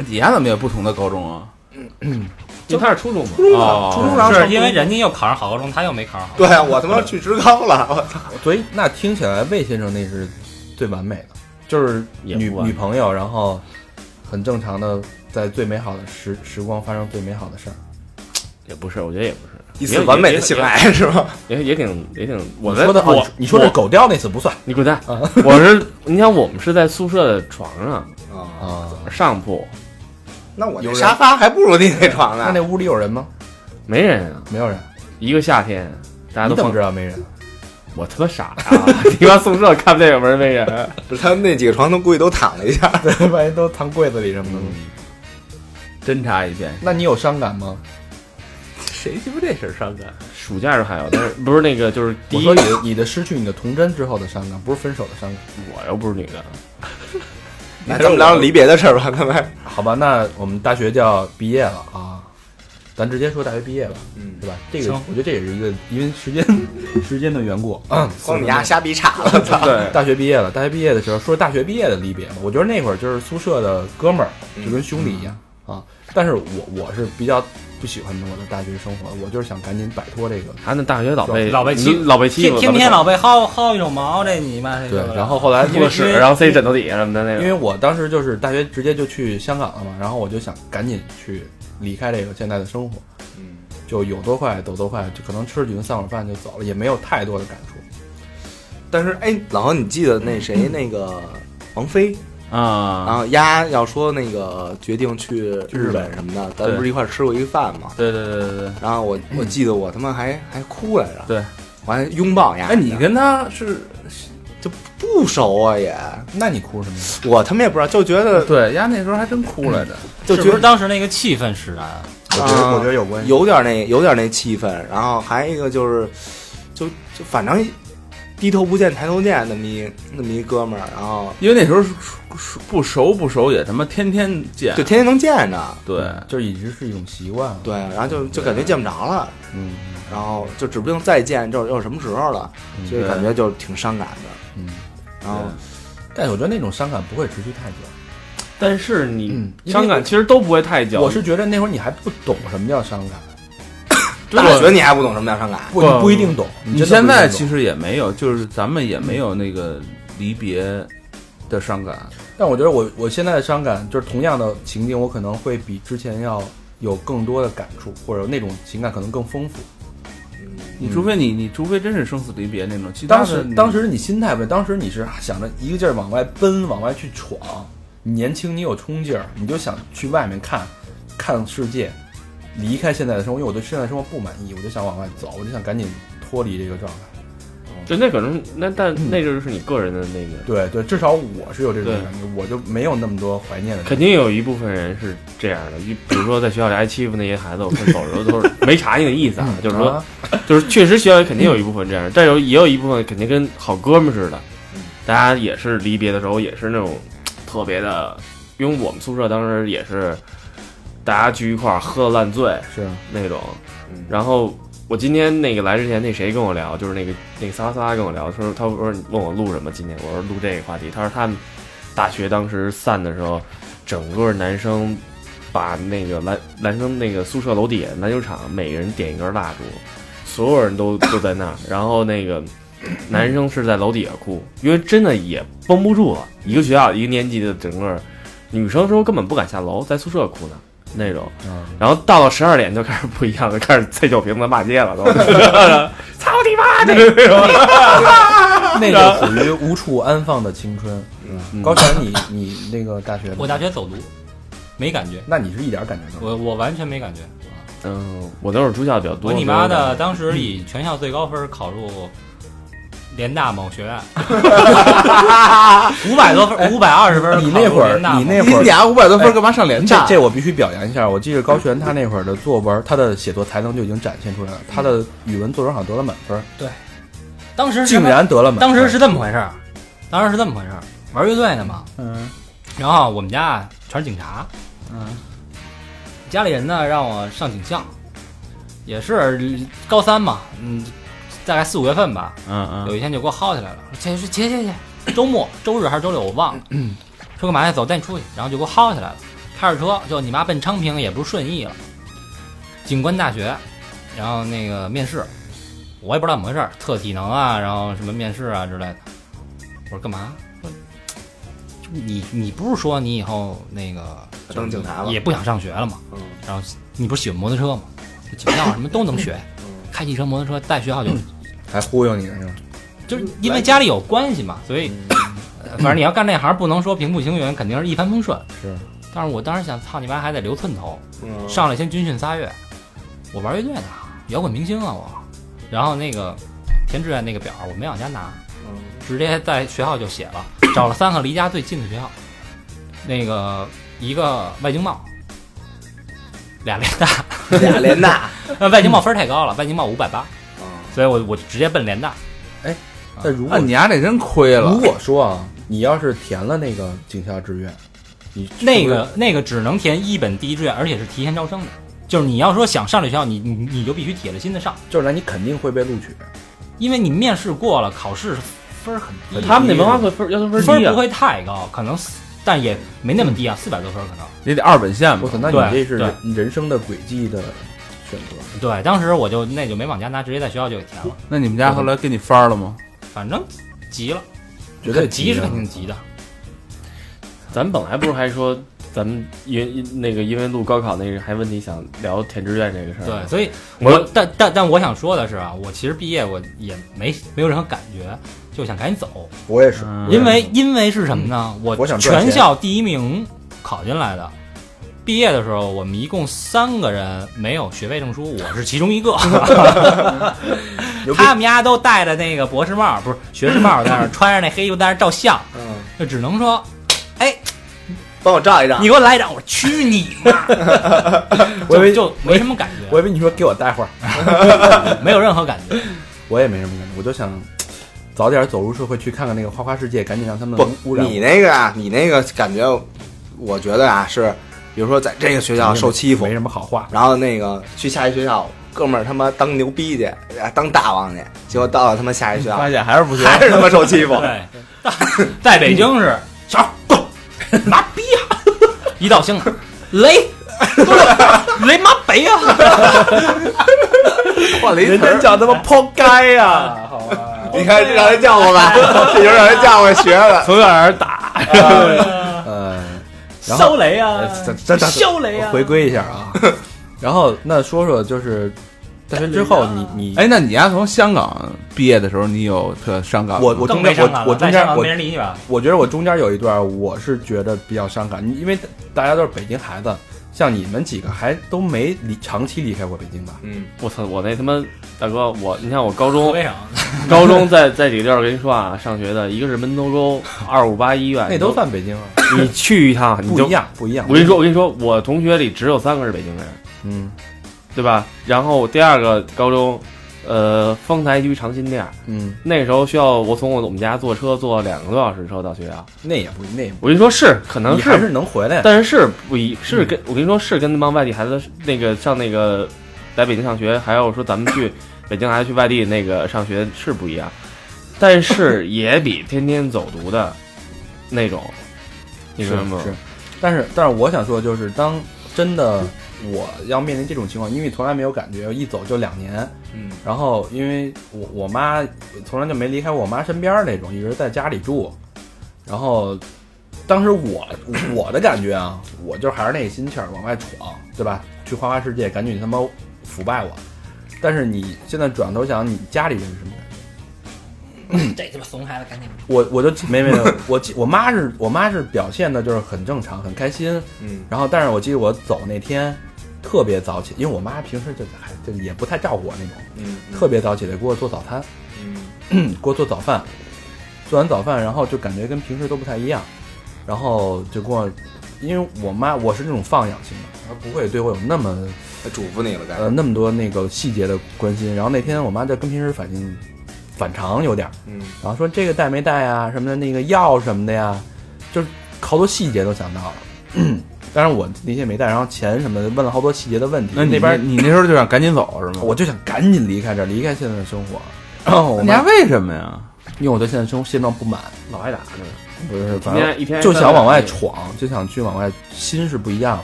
Speaker 6: 你丫怎么有不同的高中啊？
Speaker 7: 就他是初中嘛，
Speaker 6: 哦，
Speaker 4: 初中然后
Speaker 2: 是因为人家又考上好高中，他又没考上好。
Speaker 4: 对啊，我他妈去职高了，我操！
Speaker 3: 所以那听起来魏先生那是最完美的，就是
Speaker 7: 也
Speaker 3: 女
Speaker 7: 不完美
Speaker 3: 女朋友，然后很正常的在最美好的时时光发生最美好的事儿。
Speaker 7: 也不是，我觉得也不是
Speaker 4: 一次完美的性，爱是吧？
Speaker 7: 也也也也挺也挺。我
Speaker 3: 你说的
Speaker 7: 在我
Speaker 3: 哦，你说
Speaker 7: 我
Speaker 3: 这狗叼那次不算
Speaker 7: 你 滚蛋！我是你想，我们是在宿舍的床上
Speaker 4: 啊，
Speaker 3: 啊？
Speaker 7: 上铺，
Speaker 4: 那我
Speaker 3: 有
Speaker 4: 那
Speaker 3: 人
Speaker 4: 沙发还不如你那床
Speaker 3: 那
Speaker 4: 呢
Speaker 3: 那。屋里有人吗？
Speaker 7: 没人啊，
Speaker 3: 没有人，
Speaker 7: 一个夏天，大家
Speaker 3: 你
Speaker 7: 都
Speaker 3: 怎么
Speaker 7: 放
Speaker 3: 知道没人？
Speaker 7: 我他妈傻呀、你妈宿舍看不见有门没人，
Speaker 4: 他们那几个床都估计都躺了一下。
Speaker 3: 对，万一都藏柜子里什么的。
Speaker 6: 侦查一遍，
Speaker 3: 嗯那你有伤感吗？
Speaker 6: 谁鸡巴这事儿伤感？
Speaker 7: 暑假时候还有，但是不是那个就是第
Speaker 3: 我
Speaker 7: 一，
Speaker 3: 说你的你的失去你的童真之后的伤感，不是分手的伤感。
Speaker 7: 我又不是女的，
Speaker 4: 来，咱们聊聊离别的事儿吧，咱们。
Speaker 3: 好吧，那我们大学就要毕业了啊，咱直接说大学毕业吧，
Speaker 4: 嗯
Speaker 3: 对吧？这个
Speaker 2: 行
Speaker 3: 我觉得这也是一个，因为时间时间的缘故，嗯，
Speaker 4: 光你丫瞎逼岔了，操！
Speaker 3: 对，大学毕业了。大学毕业的时候，说大学毕业的离别嘛，我觉得那会儿就是宿舍的哥们儿，就跟兄弟一样、啊。但是我我是比较不喜欢我的大学生活，我就是想赶紧摆脱这个。
Speaker 7: 他那大学老被
Speaker 2: 老被欺
Speaker 7: 老被欺
Speaker 2: 天
Speaker 7: 负，
Speaker 2: 天天老
Speaker 7: 老
Speaker 2: 被薅薅一手毛，这你妈这
Speaker 3: 对
Speaker 2: 个，
Speaker 3: 然后后来
Speaker 7: 被拉屎，然后塞枕头底下什么的那
Speaker 3: 因
Speaker 7: 种。
Speaker 3: 为我当时就是大学直接就去香港了嘛，然后我就想赶紧去离开这个现在的生活，
Speaker 4: 嗯，
Speaker 3: 就有多快走多快，就可能吃几顿散伙饭就走了，也没有太多的感触。
Speaker 4: 但是哎，老何，你记得那谁那个王菲，然
Speaker 8: 啊，
Speaker 4: 后丫要说那个决定去日本什么的，咱
Speaker 8: 对
Speaker 4: 不是一块儿吃过一个饭吗？
Speaker 8: 对对对对对，
Speaker 4: 然后我我记得我他妈还还哭来着，
Speaker 8: 对，
Speaker 4: 我还拥抱丫。
Speaker 6: 哎，你跟他是
Speaker 4: 不熟啊也，
Speaker 3: 那你哭什么呀？
Speaker 4: 我他妈也不知道，就觉得
Speaker 6: 对丫那时候还真哭来着，
Speaker 3: 嗯
Speaker 4: 就是觉
Speaker 2: 不是
Speaker 4: 得
Speaker 2: 当时那个气氛使然？
Speaker 3: 我觉得
Speaker 4: 啊
Speaker 3: 我觉得有关系。
Speaker 4: 有点那有点那气氛，然后还一个就是，就就反正低头不见抬头见那么一那么一哥们儿，然后
Speaker 6: 因为那时候不熟不熟也他妈天天见
Speaker 4: 就，天天能见着，
Speaker 6: 对，
Speaker 3: 就是一直是一种习惯了。
Speaker 4: 对，然后就就感觉见不着了，
Speaker 3: 嗯，
Speaker 4: 然后就指不定再见就是又什么时候了，所以感觉就挺伤感的，
Speaker 3: 嗯，
Speaker 4: 然后
Speaker 3: 但是我觉得那种伤感不会持续太久。
Speaker 7: 但是你
Speaker 3: 嗯因为
Speaker 7: 伤感其实都不会太久。
Speaker 3: 我是觉得那会儿你还不懂什么叫伤感，
Speaker 4: 大学你还不懂什么叫伤感，
Speaker 3: 不嗯你不一定懂。
Speaker 6: 你现在其，实也没有，就是咱们也没有那个离别的伤感。
Speaker 3: 但我觉得我我现在的伤感就是同样的情境，我可能会比之前要有更多的感触，或者那种情感可能更丰富。
Speaker 6: 你除非你你除非真是生死离别那种，其
Speaker 3: 嗯
Speaker 6: 他
Speaker 3: 当
Speaker 6: 的
Speaker 3: 时
Speaker 6: 你
Speaker 3: 当时你心态不对，当时你是想着一个劲儿往外奔，往外去闯。你年轻，你有冲劲儿，你就想去外面看，看世界，离开现在的生活，因为我对现在的生活不满意，我就想往外走，我就想赶紧脱离这个状态。
Speaker 7: 对，那可能那但那就是你个人的那个，
Speaker 3: 对对，至少我是有这种
Speaker 7: 对
Speaker 3: 感觉，我就没有那么多怀念的。
Speaker 7: 肯定有一部分人是这样的。一比如说在学校里挨欺负那些孩子，我分手的时候都是没啥那个意思啊，就是说
Speaker 3: 啊，
Speaker 7: 就是确实学校里肯定有一部分这样，但有也有一部分肯定跟好哥们似的，大家也是离别的时候也是那种特别的，因为我们宿舍当时也是大家聚一块儿喝烂醉
Speaker 3: 是
Speaker 7: 那种，
Speaker 4: 嗯
Speaker 7: 然后我今天那个来之前那谁跟我聊，就是那个那个撒撒跟我聊，说他说你问我录什么今天，我说录这个话题，他说他们大学当时散的时候，整个男生。把那个篮男生那个宿舍楼底下篮球场，每个人点一根蜡烛，所有人都都在那儿，然后那个男生是在楼底下哭，因为真的也绷不住了，一个学校一个年级的整个女生说根本不敢下楼，在宿舍哭呢那种，然后到了十二点就开始不一样了，开始踩酒瓶子骂街了都，操你妈的那种，
Speaker 3: 那 个嗯属于无处安放的青春。高璇，你你那个大学呢，
Speaker 2: 我大学走读，没感觉，
Speaker 3: 那你是一点感觉都没有。
Speaker 2: 我我完全没感觉。
Speaker 7: 嗯，我那会儿住校比较多，
Speaker 2: 我你妈的，当时以全校最高分考入联大某 学院，五百多分，五百二十分考
Speaker 3: 哎
Speaker 2: 入
Speaker 3: 你那会儿
Speaker 2: 联大，某
Speaker 3: 你那会儿
Speaker 6: 俩五百多
Speaker 3: 分
Speaker 6: 干嘛上联
Speaker 3: 这这我必须表扬一下，我记得高璇他那会儿的作文，他的写作才能就已经展现出来了。他的语文作文好像得了满分，
Speaker 2: 当时
Speaker 3: 竟然得了满分。
Speaker 2: 当时是这么回事儿，当时是这么回事儿，玩乐队呢嘛，嗯，然后我们家啊全是警察，嗯，家里人呢让我上警校，也是高三嘛，嗯，大概四五月份吧，
Speaker 8: 嗯
Speaker 6: 啊
Speaker 8: 嗯
Speaker 2: 有一天就给我薅起来了，说去去去去去，周末 周日还是周六我忘了，说干嘛去？走，带你出去，然后就给我薅起来了，开着车就你妈奔昌平，也不是顺义了，警官大学，然后那个面试，我也不知道怎么回事儿，测体能啊，然后什么面试啊之类的，我说干嘛？我说就你你不是说你以后那个
Speaker 4: 当警察了
Speaker 2: 也不想上学了吗？
Speaker 4: 嗯
Speaker 2: 然后你不是喜欢摩托车吗？这警校什么都能学，
Speaker 4: 嗯
Speaker 2: 开汽车、摩托车、带学好久。
Speaker 3: 还忽悠你呢是吧？
Speaker 2: 就是因为家里有关系
Speaker 4: 嗯
Speaker 2: 嘛，所以、呃反正你要干这行，不能说平步青云，肯定是一帆风顺。
Speaker 3: 是，
Speaker 2: 但是我当时想，操你妈还得留寸头，
Speaker 4: 嗯
Speaker 2: 上来先军训仨月，我玩乐队呢，摇滚明星啊我，然后那个填志愿那个表我没往家拿，直接在学校就写了，找了三个离家最近的学校，那个一个外经贸，俩联大，
Speaker 4: 俩连大，
Speaker 2: 呃 外经贸分儿太高了，外经贸五百八，
Speaker 4: 嗯
Speaker 2: 所以我我直接奔联大，
Speaker 3: 但如果
Speaker 6: 啊，你丫这真亏
Speaker 3: 如
Speaker 6: 了。
Speaker 3: 果说啊，你要是填了那个警校志愿，你是不是
Speaker 2: 那个那个只能填一本第一志愿，而且是提前招生的。就是你要说想上这学校，你你你就必须铁了心的上。
Speaker 3: 就是来，你肯定会被录取。
Speaker 2: 因为你面试过了，考试分儿很低，
Speaker 7: 他们那文化课分儿要求分
Speaker 2: 分
Speaker 7: 儿低
Speaker 2: 儿
Speaker 7: 啊嗯
Speaker 2: 不，会太高，可能四但也没那么低啊，四百多分儿可能。
Speaker 6: 也得二本线吧
Speaker 3: 我？操，那你
Speaker 2: 对
Speaker 3: 这是
Speaker 2: 对
Speaker 3: 人人生的轨迹的选择，
Speaker 2: 对，当时我就那就没往家拿，直接在学校就给填了，
Speaker 6: 那你们家后来给你翻儿了吗？
Speaker 2: 反正急了，
Speaker 3: 绝对
Speaker 2: 急
Speaker 7: 啊
Speaker 2: 是
Speaker 3: 的
Speaker 2: 肯定急的。
Speaker 7: 咱本来不是还说咱们因因那个因为录高考那个还问题想聊填志愿这个事儿，
Speaker 2: 对，，所以
Speaker 7: 嗯我
Speaker 2: 我但但但我想说的是啊，我其实毕业我也没没有任何感觉，就想赶紧走，
Speaker 4: 我也是，
Speaker 2: 因为因为是什么呢？
Speaker 4: 我
Speaker 2: 我
Speaker 4: 想赚
Speaker 2: 全
Speaker 4: 钱
Speaker 2: 校第一名考进来的。毕业的时候，我们一共三个人没有学位证书，我是其中一个。他们家都戴着那个博士帽，不是学士帽，在那儿穿着那黑衣服，在那儿照相，
Speaker 4: 嗯，
Speaker 2: 就只能说
Speaker 4: 帮我照一张
Speaker 2: 你。给我来一张，我去你妈！
Speaker 3: 我以为
Speaker 2: 就就没什么感
Speaker 3: 我
Speaker 2: 觉，
Speaker 3: 以为你说给我待会儿，
Speaker 2: 没有任何感觉。
Speaker 3: 我也没什么感觉，我就想早点走入社会，去看看那个花花世界，赶紧让他们
Speaker 4: 不
Speaker 3: 污，染我
Speaker 4: 你那个啊，你那个感觉，我觉得啊是，比如说在这个学校受欺负
Speaker 3: 没，什么好话。
Speaker 4: 然后那个去下一学校，哥们儿他妈当牛逼去，啊当大王去，结果到了他妈下一学校
Speaker 6: 发现还是不行，
Speaker 4: 还是他妈受 欺负。
Speaker 2: 对，在在北京是小孩滚，妈逼呀！一到香港，雷，雷妈北呀！
Speaker 6: 换了一
Speaker 3: 人
Speaker 6: 词
Speaker 3: 家
Speaker 6: 儿
Speaker 3: 叫 他妈抛街呀！
Speaker 2: 啊
Speaker 4: 你看让人叫我吧， 这就让人叫我学了。
Speaker 6: 从远而打。
Speaker 3: 呃，然后
Speaker 2: 啊烧雷呀
Speaker 3: 呃咱咱咱
Speaker 2: 烧雷呀！
Speaker 3: 回归一下 啊。然后那说说就是大学之后你你
Speaker 6: 哎，那你丫从香港毕业的时候，你有特伤感吗？
Speaker 3: 我我
Speaker 2: 更
Speaker 3: 中
Speaker 2: 没
Speaker 3: 间
Speaker 2: 上赶
Speaker 3: 我
Speaker 2: 了，
Speaker 3: 我
Speaker 2: 在
Speaker 3: 中
Speaker 2: 香
Speaker 3: 间
Speaker 2: 港
Speaker 3: 我
Speaker 2: 没人理你吧？
Speaker 3: 我觉得我中间有一段我是觉得比较伤感，因为大家都是北京孩子，像你们几个还都没离长期离开过北京吧？
Speaker 4: 嗯，
Speaker 7: 我操，我那他妈大哥，我你看我高 中
Speaker 2: 为啥？
Speaker 7: 高中在在几个地儿，我跟你说啊，上学的一个是门头沟二五八医院，
Speaker 3: 那都算北京啊，
Speaker 7: 你去一趟哎你
Speaker 3: 不
Speaker 7: 就
Speaker 3: 一。样不一样。
Speaker 7: 我跟你说，我跟你说，我同学里只有三个是北京人，
Speaker 3: 嗯
Speaker 7: 对吧？然后第二个高中，呃，丰台区长辛店儿，
Speaker 3: 嗯，
Speaker 7: 那时候需要我从我们家坐车坐两个多小时车到学校。
Speaker 3: 那也不那也不
Speaker 7: 我跟你说是，可能
Speaker 3: 你还
Speaker 7: 是，嗯
Speaker 3: 是能回来的。
Speaker 7: 但是是不一，是跟我跟你说是跟那帮外地孩子那个上那个来北京上学，还有说咱们 去北京还去外地那个上学是不一样，但 是也比天天走读的那种，你
Speaker 3: 是
Speaker 7: 明白吗？
Speaker 3: 是，但是但是我想说，就是当真的我要面临这种情况，因为从来没有感觉，一走就两年，
Speaker 4: 嗯，
Speaker 3: 然后因为我我妈从来就没离开我妈身边儿那种，一直在家里住，然后当时我我的感觉啊，我就还是那心气儿往外闯，对吧？去花花世界，赶紧他妈腐败我。但是你现在转头想，你家里人是什么感觉？
Speaker 2: 这鸡巴怂孩子，赶紧
Speaker 3: 我我就没没没，我记我妈是我妈是表现的就是很正常，很开心，
Speaker 4: 嗯，
Speaker 3: 然后，但是我记得我走那天特别早起，因为我妈平时就还就也不太照顾我那种，
Speaker 4: 嗯，
Speaker 3: 特别早起来给我做早餐，嗯， 给我做早饭，做完早饭，然后就感觉跟平时都不太一样，然后就跟我，因为我妈我是那种放养型的，她不会对我有那么
Speaker 4: 他嘱咐你了，该
Speaker 3: 呃那么多那个细节的关心，然后那天我妈就跟平时反应反常有点儿，
Speaker 4: 嗯
Speaker 3: 然后说这个带没带啊，什么的那个药什么的呀，就是好多细节都想到了。 当然我那些没带，然后钱什么的问了好多细节的问题。
Speaker 6: 那你
Speaker 3: 那边
Speaker 6: 你那时候就想赶紧走是吗？
Speaker 3: 我就想赶紧离开这儿，离开现在的生活。然后我
Speaker 6: 你家
Speaker 3: 妈
Speaker 6: 为什么呀？
Speaker 3: 因为我对现在生活现状不满，
Speaker 7: 老挨打呢，
Speaker 3: 不是，
Speaker 7: 一
Speaker 3: 反正
Speaker 7: 天一天
Speaker 3: 就想往外闯，就想去往外，心是不一样。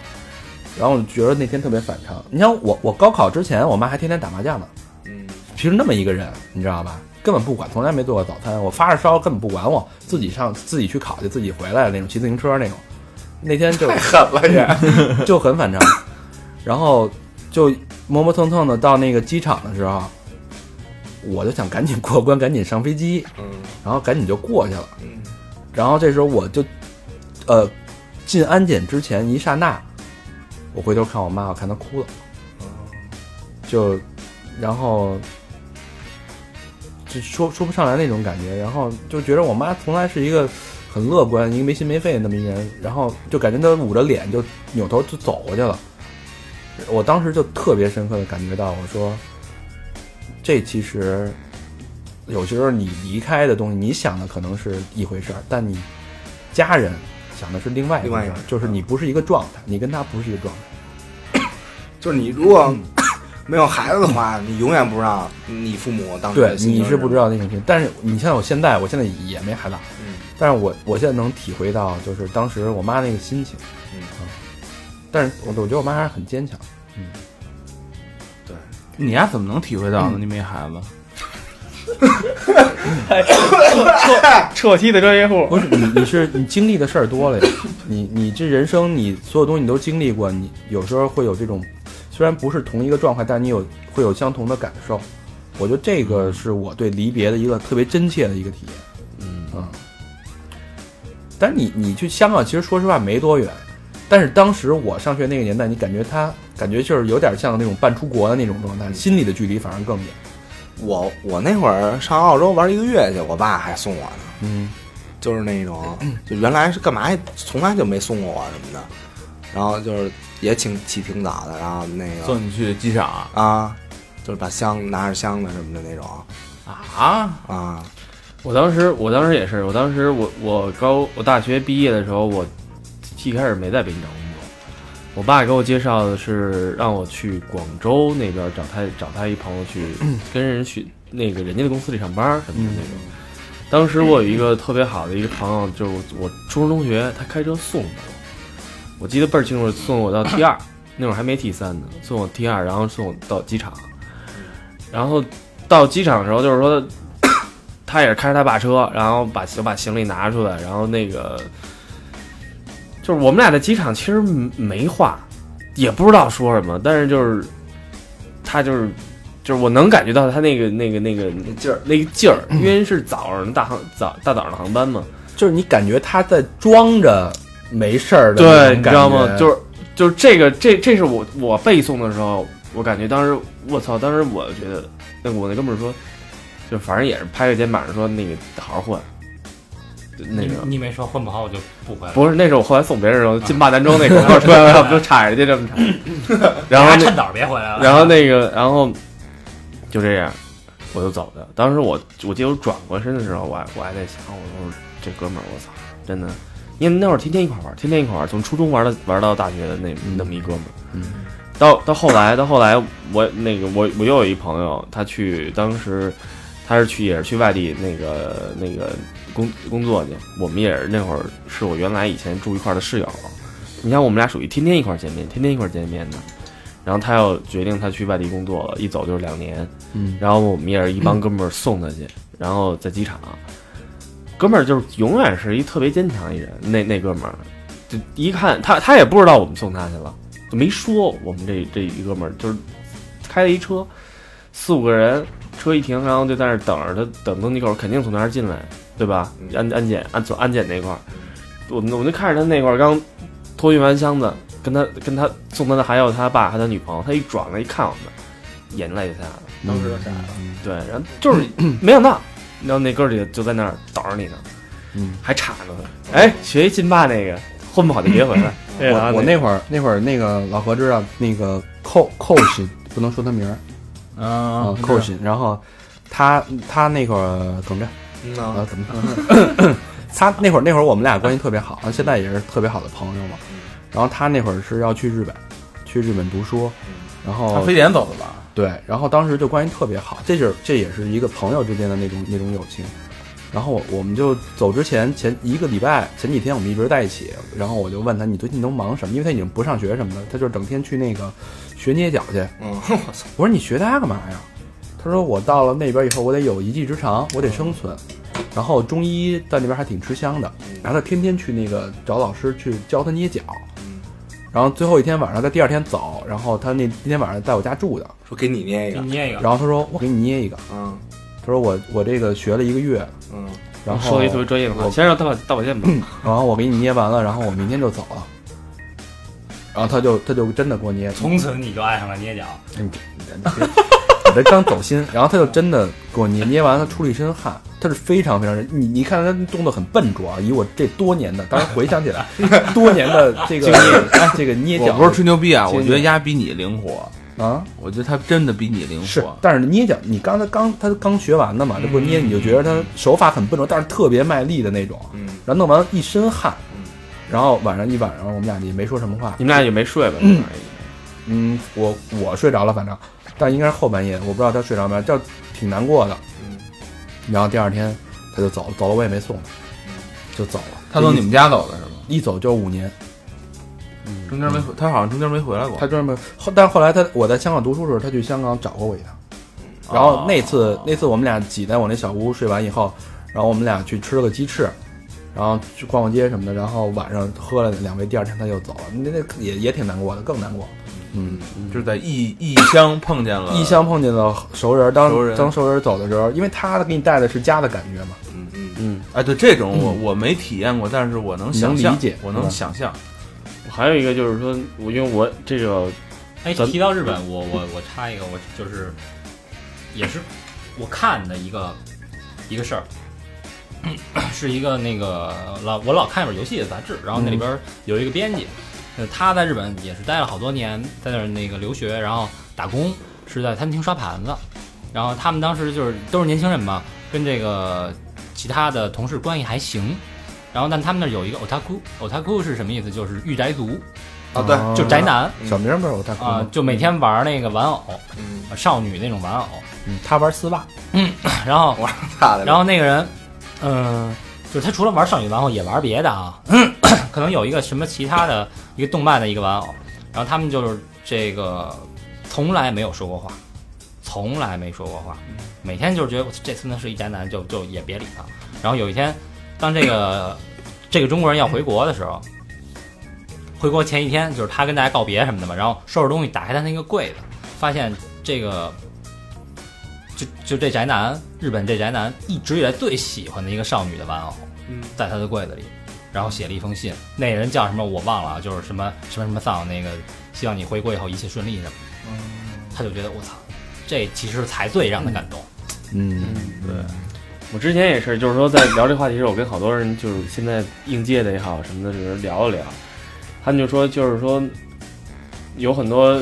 Speaker 3: 然后我就觉得那天特别反常。你像我，我高考之前，我妈还天天打麻将呢。
Speaker 4: 嗯，
Speaker 3: 平时那么一个人，你知道吧？根本不管，从来没做过早餐，我发着烧根本不管我，自己上自己去考去，自己回来那种，骑自行车那种。那天就
Speaker 4: 狠了也。
Speaker 3: 就很反常，然后就磨磨蹭蹭的到那个机场的时候，我就想赶紧过关，赶紧上飞机，
Speaker 4: 嗯
Speaker 3: 然后赶紧就过去了。
Speaker 4: 嗯
Speaker 3: 然后这时候我就，呃，进安检之前一刹那，我回头看我妈，我看她哭了，就，然后，就说说不上来那种感觉，然后就觉得我妈从来是一个很乐观、一个没心没肺的那么一人，然后就感觉她捂着脸就扭头就走过去了，我当时就特别深刻的感觉到，我说，这其实有时候你离开的东西，你想的可能是一回事儿，但你家人想的是另外一回
Speaker 4: 另
Speaker 3: 事
Speaker 4: 外
Speaker 3: 儿
Speaker 4: 一回事，
Speaker 3: 就是你不是一个状态，你跟他不是一个状态。
Speaker 4: 就是你如果 没有孩子的话，你永远不知道你父母当时
Speaker 3: 对
Speaker 4: 的，心情
Speaker 3: 你是不知
Speaker 4: 道，
Speaker 3: 道那种情，但是你像我现在，我现在也没孩子，啊
Speaker 4: 嗯，
Speaker 3: 但是我我现在能体会到，就是当时我妈那个心情，
Speaker 4: 嗯
Speaker 3: 啊，但是我我觉得我妈还是很坚强，
Speaker 6: 你丫怎么能体会到呢？你没孩子，
Speaker 3: 嗯
Speaker 9: 撤梯的专业户，
Speaker 3: 不是你你是你经历的事儿多了 呀，你你这人生你所有东西你都经历过，你有时候会有这种，虽然不是同一个状态，但你有会有相同的感受，我觉得这
Speaker 7: 嗯
Speaker 3: 个是我对离别的一个特别真切的一个体验，嗯啊，但是你你去香港其实说实话没多远，但是当时我上学那个年代，你感觉他感觉就是有点像那种半出国的那种状态，
Speaker 7: 嗯
Speaker 3: 心里的距离反而更远，
Speaker 4: 我我那会儿上澳洲玩一个月去，我爸还送我呢。
Speaker 3: 嗯，
Speaker 4: 就是那种， 就原来是干嘛，从来就没送过我什么的。然后就是也挺起挺早的，然后那个
Speaker 6: 送你去机场啊
Speaker 4: 啊，就是把箱拿着箱子什么的那种
Speaker 6: 啊？
Speaker 4: 啊，
Speaker 7: 我当时，我当时也是，我当时我我高我大学毕业的时候，我一开始没在北京找工作，我爸给我介绍的是让我去广州那边找他找他一朋友去跟人去那个人家的公司里上班什么的那种。当时我有一个特别好的一个朋友，就是我初中同学，他开车送我，我记得倍儿清楚，送我到 T 二，那会儿还没 T 三呢，送我 T 二，然后送我到机场，然后到机场的时候就是说。他也是开着他爸车，然后把就把行李拿出来，然后那个就是我们俩在机场其实没话，也不知道说什么，但是就是他就是就是我能感觉到他那个那个那个那劲儿那个劲儿，因为是早上大航早大早上的航班嘛，
Speaker 3: 就是你感觉他在装着没事儿的那
Speaker 7: 对，
Speaker 3: 种
Speaker 7: 你知
Speaker 3: 感
Speaker 7: 道吗
Speaker 3: 觉？
Speaker 7: 就是就是这个这这是我我背诵的时候，我感觉当时我操，当时我觉得那我那哥们儿说，就反正也是拍着肩膀说那个好好混，就那
Speaker 2: 你
Speaker 7: 个。
Speaker 2: 你没说混不好，我就不回来了。
Speaker 7: 不是，那是我后来送别人的时候，进霸南庄那口，出来要不就插人家这么插，然后
Speaker 2: 大家
Speaker 7: 那
Speaker 2: 趁早别回来了。
Speaker 7: 然后那个，然后就这样，我就走了。当时我我记得我转过身的时候，我还我还在想，我说这哥们儿，我操，真的，因为那会儿天天一块儿玩，天天一块儿玩，从初中玩到玩到大学的那那么一哥们儿。到到后来，到后来，我那个我我又有一朋友，他去当时他是去也是去外地那个那个工工作去，我们也是那会儿是我原来以前住一块儿的室友，你像我们俩属于天天一块儿见面，天天一块儿见面的。然后他要决定他去外地工作了，一走就是两年。
Speaker 6: 嗯，
Speaker 7: 然后我们也是一帮哥们儿送他去，然后在机场，哥们儿就是永远是一特别坚强一人。那那哥们儿，就一看他他也不知道我们送他去了，就没说我们这这一哥们儿就是开了一车，四五个人，车一停，然后就在那儿等着他等登机口，肯定从那儿进来，对吧？安安检安走安检那块儿，我们我们就看着他那块儿刚托运完箱子，跟他跟他送他的还有他爸还有他女朋友，他一转过来一看我们，眼泪就下来了。
Speaker 4: 当时就傻了。
Speaker 7: 对，然后就是没想到，然后那哥儿几个就在那儿等着你呢，嗯，还插着呢。哎，学一劲霸那个混不好就别回来。啊
Speaker 3: 我我那会儿那会儿那个老何知道那个寇寇鑫不能说他名儿
Speaker 2: 嗯
Speaker 3: 啊
Speaker 6: 啊
Speaker 3: 寇鑫，然后他他那会儿耿着
Speaker 4: 嗯
Speaker 3: 啊
Speaker 4: 呐，
Speaker 3: 怎么？ 他那会儿那会儿我们俩关系特别好，现在也是特别好的朋友嘛。然后他那会儿是要去日本，去日本读书，然
Speaker 6: 他
Speaker 3: 后
Speaker 6: 非典走的吧？
Speaker 3: 对，然后当时就关系特别好，这就是这也是一个朋友之间的那种那种友情。然后我我们就走之前前一个礼拜前几天我们一直在一起，然后我就问他你最近都忙什么？因为他已经不上学什么的，他就是整天去那个学捏脚去。
Speaker 4: 嗯，
Speaker 3: 我说你学它干嘛呀？他说我到了那边以后，我得有一技之长，我得生存。然后中医在那边还挺吃香的，然后他天天去那个找老师去教他捏脚。然后最后一天晚上，他第二天走，然后他那那天晚上在我家住的。
Speaker 4: 说给你捏一
Speaker 2: 给
Speaker 4: 个
Speaker 2: 你，捏一个，
Speaker 3: 然后他说我给你捏一个，
Speaker 4: 嗯
Speaker 3: 他说我我这个学了一个月，
Speaker 4: 嗯，
Speaker 3: 然后
Speaker 7: 说了一特别专业的话，
Speaker 3: 我
Speaker 7: 先让他道道歉吧。
Speaker 3: 然后我给你捏完了，然后我明天就走了。然后他就他就真的给我捏，
Speaker 2: 从此你就爱上了捏脚。
Speaker 3: 我这刚走心， 然后他就真的给我捏捏完了，出了一身汗，他是非常非常你你看他动作很笨拙啊，以我这多年的，当然回想起来 多年的这个哎这个捏
Speaker 6: 我
Speaker 3: 脚
Speaker 6: 不是吹牛逼啊，
Speaker 3: 接
Speaker 6: 我
Speaker 3: 你
Speaker 6: 觉得丫比你灵活，
Speaker 3: 啊
Speaker 6: 我觉得他真的比你灵
Speaker 3: 是
Speaker 6: 活，。
Speaker 3: 但是捏脚你刚才刚他刚学完的嘛，这不捏
Speaker 6: 嗯
Speaker 3: 你就觉得他手法很笨拙，但是特别卖力的那种，
Speaker 4: 嗯
Speaker 3: 然后弄完了一身汗
Speaker 4: 嗯，
Speaker 3: 然后晚上一晚上我们俩也没说什么话，
Speaker 7: 你们俩也没睡吧？那晚上
Speaker 3: 嗯，我我睡着了，反正，但应该是后半夜，我不知道他睡着没，就挺难过的。然后第二天他就走了，走了我也没送他，就走了。
Speaker 6: 他从你们家走的是吗？
Speaker 3: 一走就五年，
Speaker 6: 中间没回，他好像中间没回来过。
Speaker 3: 他专门后，但是后来他我在香港读书的时候，他去香港找过我一趟。然后那次、那次我们俩挤在我那小屋睡完以后，然后我们俩去吃了个鸡翅，然后去逛逛街什么的，然后晚上喝了两杯，第二天他就走了，那那也也挺难过的，更难过。嗯，
Speaker 6: 就是在异异乡碰见
Speaker 2: 呃
Speaker 6: 了
Speaker 3: 异乡碰见了熟人，当
Speaker 6: 熟人
Speaker 3: 当熟人走的时候，因为他给你带的是家的感觉嘛，
Speaker 6: 哎，对这种我我没体验过，但是我能想象，
Speaker 3: 能理解
Speaker 6: 我
Speaker 3: 是
Speaker 6: 能
Speaker 3: 吧
Speaker 6: 想象。
Speaker 7: 还有一个就是说，我因为我这个
Speaker 2: 哎，
Speaker 7: 咱
Speaker 2: 提到日本，我我我插一个，我就是也是我看的一个一个事儿，是一个那个老我老看一本游戏的杂志，然后那里边有一个编辑，呃他在日本也是待了好多年，在那儿那个留学，然后打工是在餐厅刷盘子，然后他们当时就是都是年轻人嘛，跟这个其他的同事关系还行。然后，但他们那儿有一个 otaku，otaku 是什么意思？就是御宅族，
Speaker 4: 啊，对，
Speaker 2: 就
Speaker 3: 嗯
Speaker 2: 宅男。
Speaker 3: 小名不是我大姑
Speaker 2: 啊、
Speaker 3: 吗？
Speaker 2: 就每天玩那个玩偶，
Speaker 4: 嗯
Speaker 2: 呃少女那种玩偶。
Speaker 3: 嗯他玩丝袜，
Speaker 2: 然后，
Speaker 4: 差的。
Speaker 2: 然后那个人，嗯、就是他除了玩少女玩偶，也玩别的啊， 可能有一个什么其他的一个动漫的一个玩偶。然后他们就是这个从来没有说过话，从来没说过话，每天就是觉得我这孙子是一宅男，就就也别理他。然后有一天，当这个 这个中国人要回国的时候，回国前一天就是他跟大家告别什么的嘛，然后收拾东西打开他那个柜子，发现这个就就这宅男，日本这宅男一直以来最喜欢的一个少女的玩偶，
Speaker 9: 嗯
Speaker 2: 在他的柜子里，然后写了一封信，那人叫什么我忘了啊，就是什么什么什么丧那个，希望你回国以后一切顺利什么的，他就觉得我操，这其实才最让他感动。
Speaker 3: 嗯，
Speaker 7: 我之前也是，就是说在聊这话题时，我跟好多人就是现在应届的也好什么的，就是聊一聊，他们就说就是说，有很多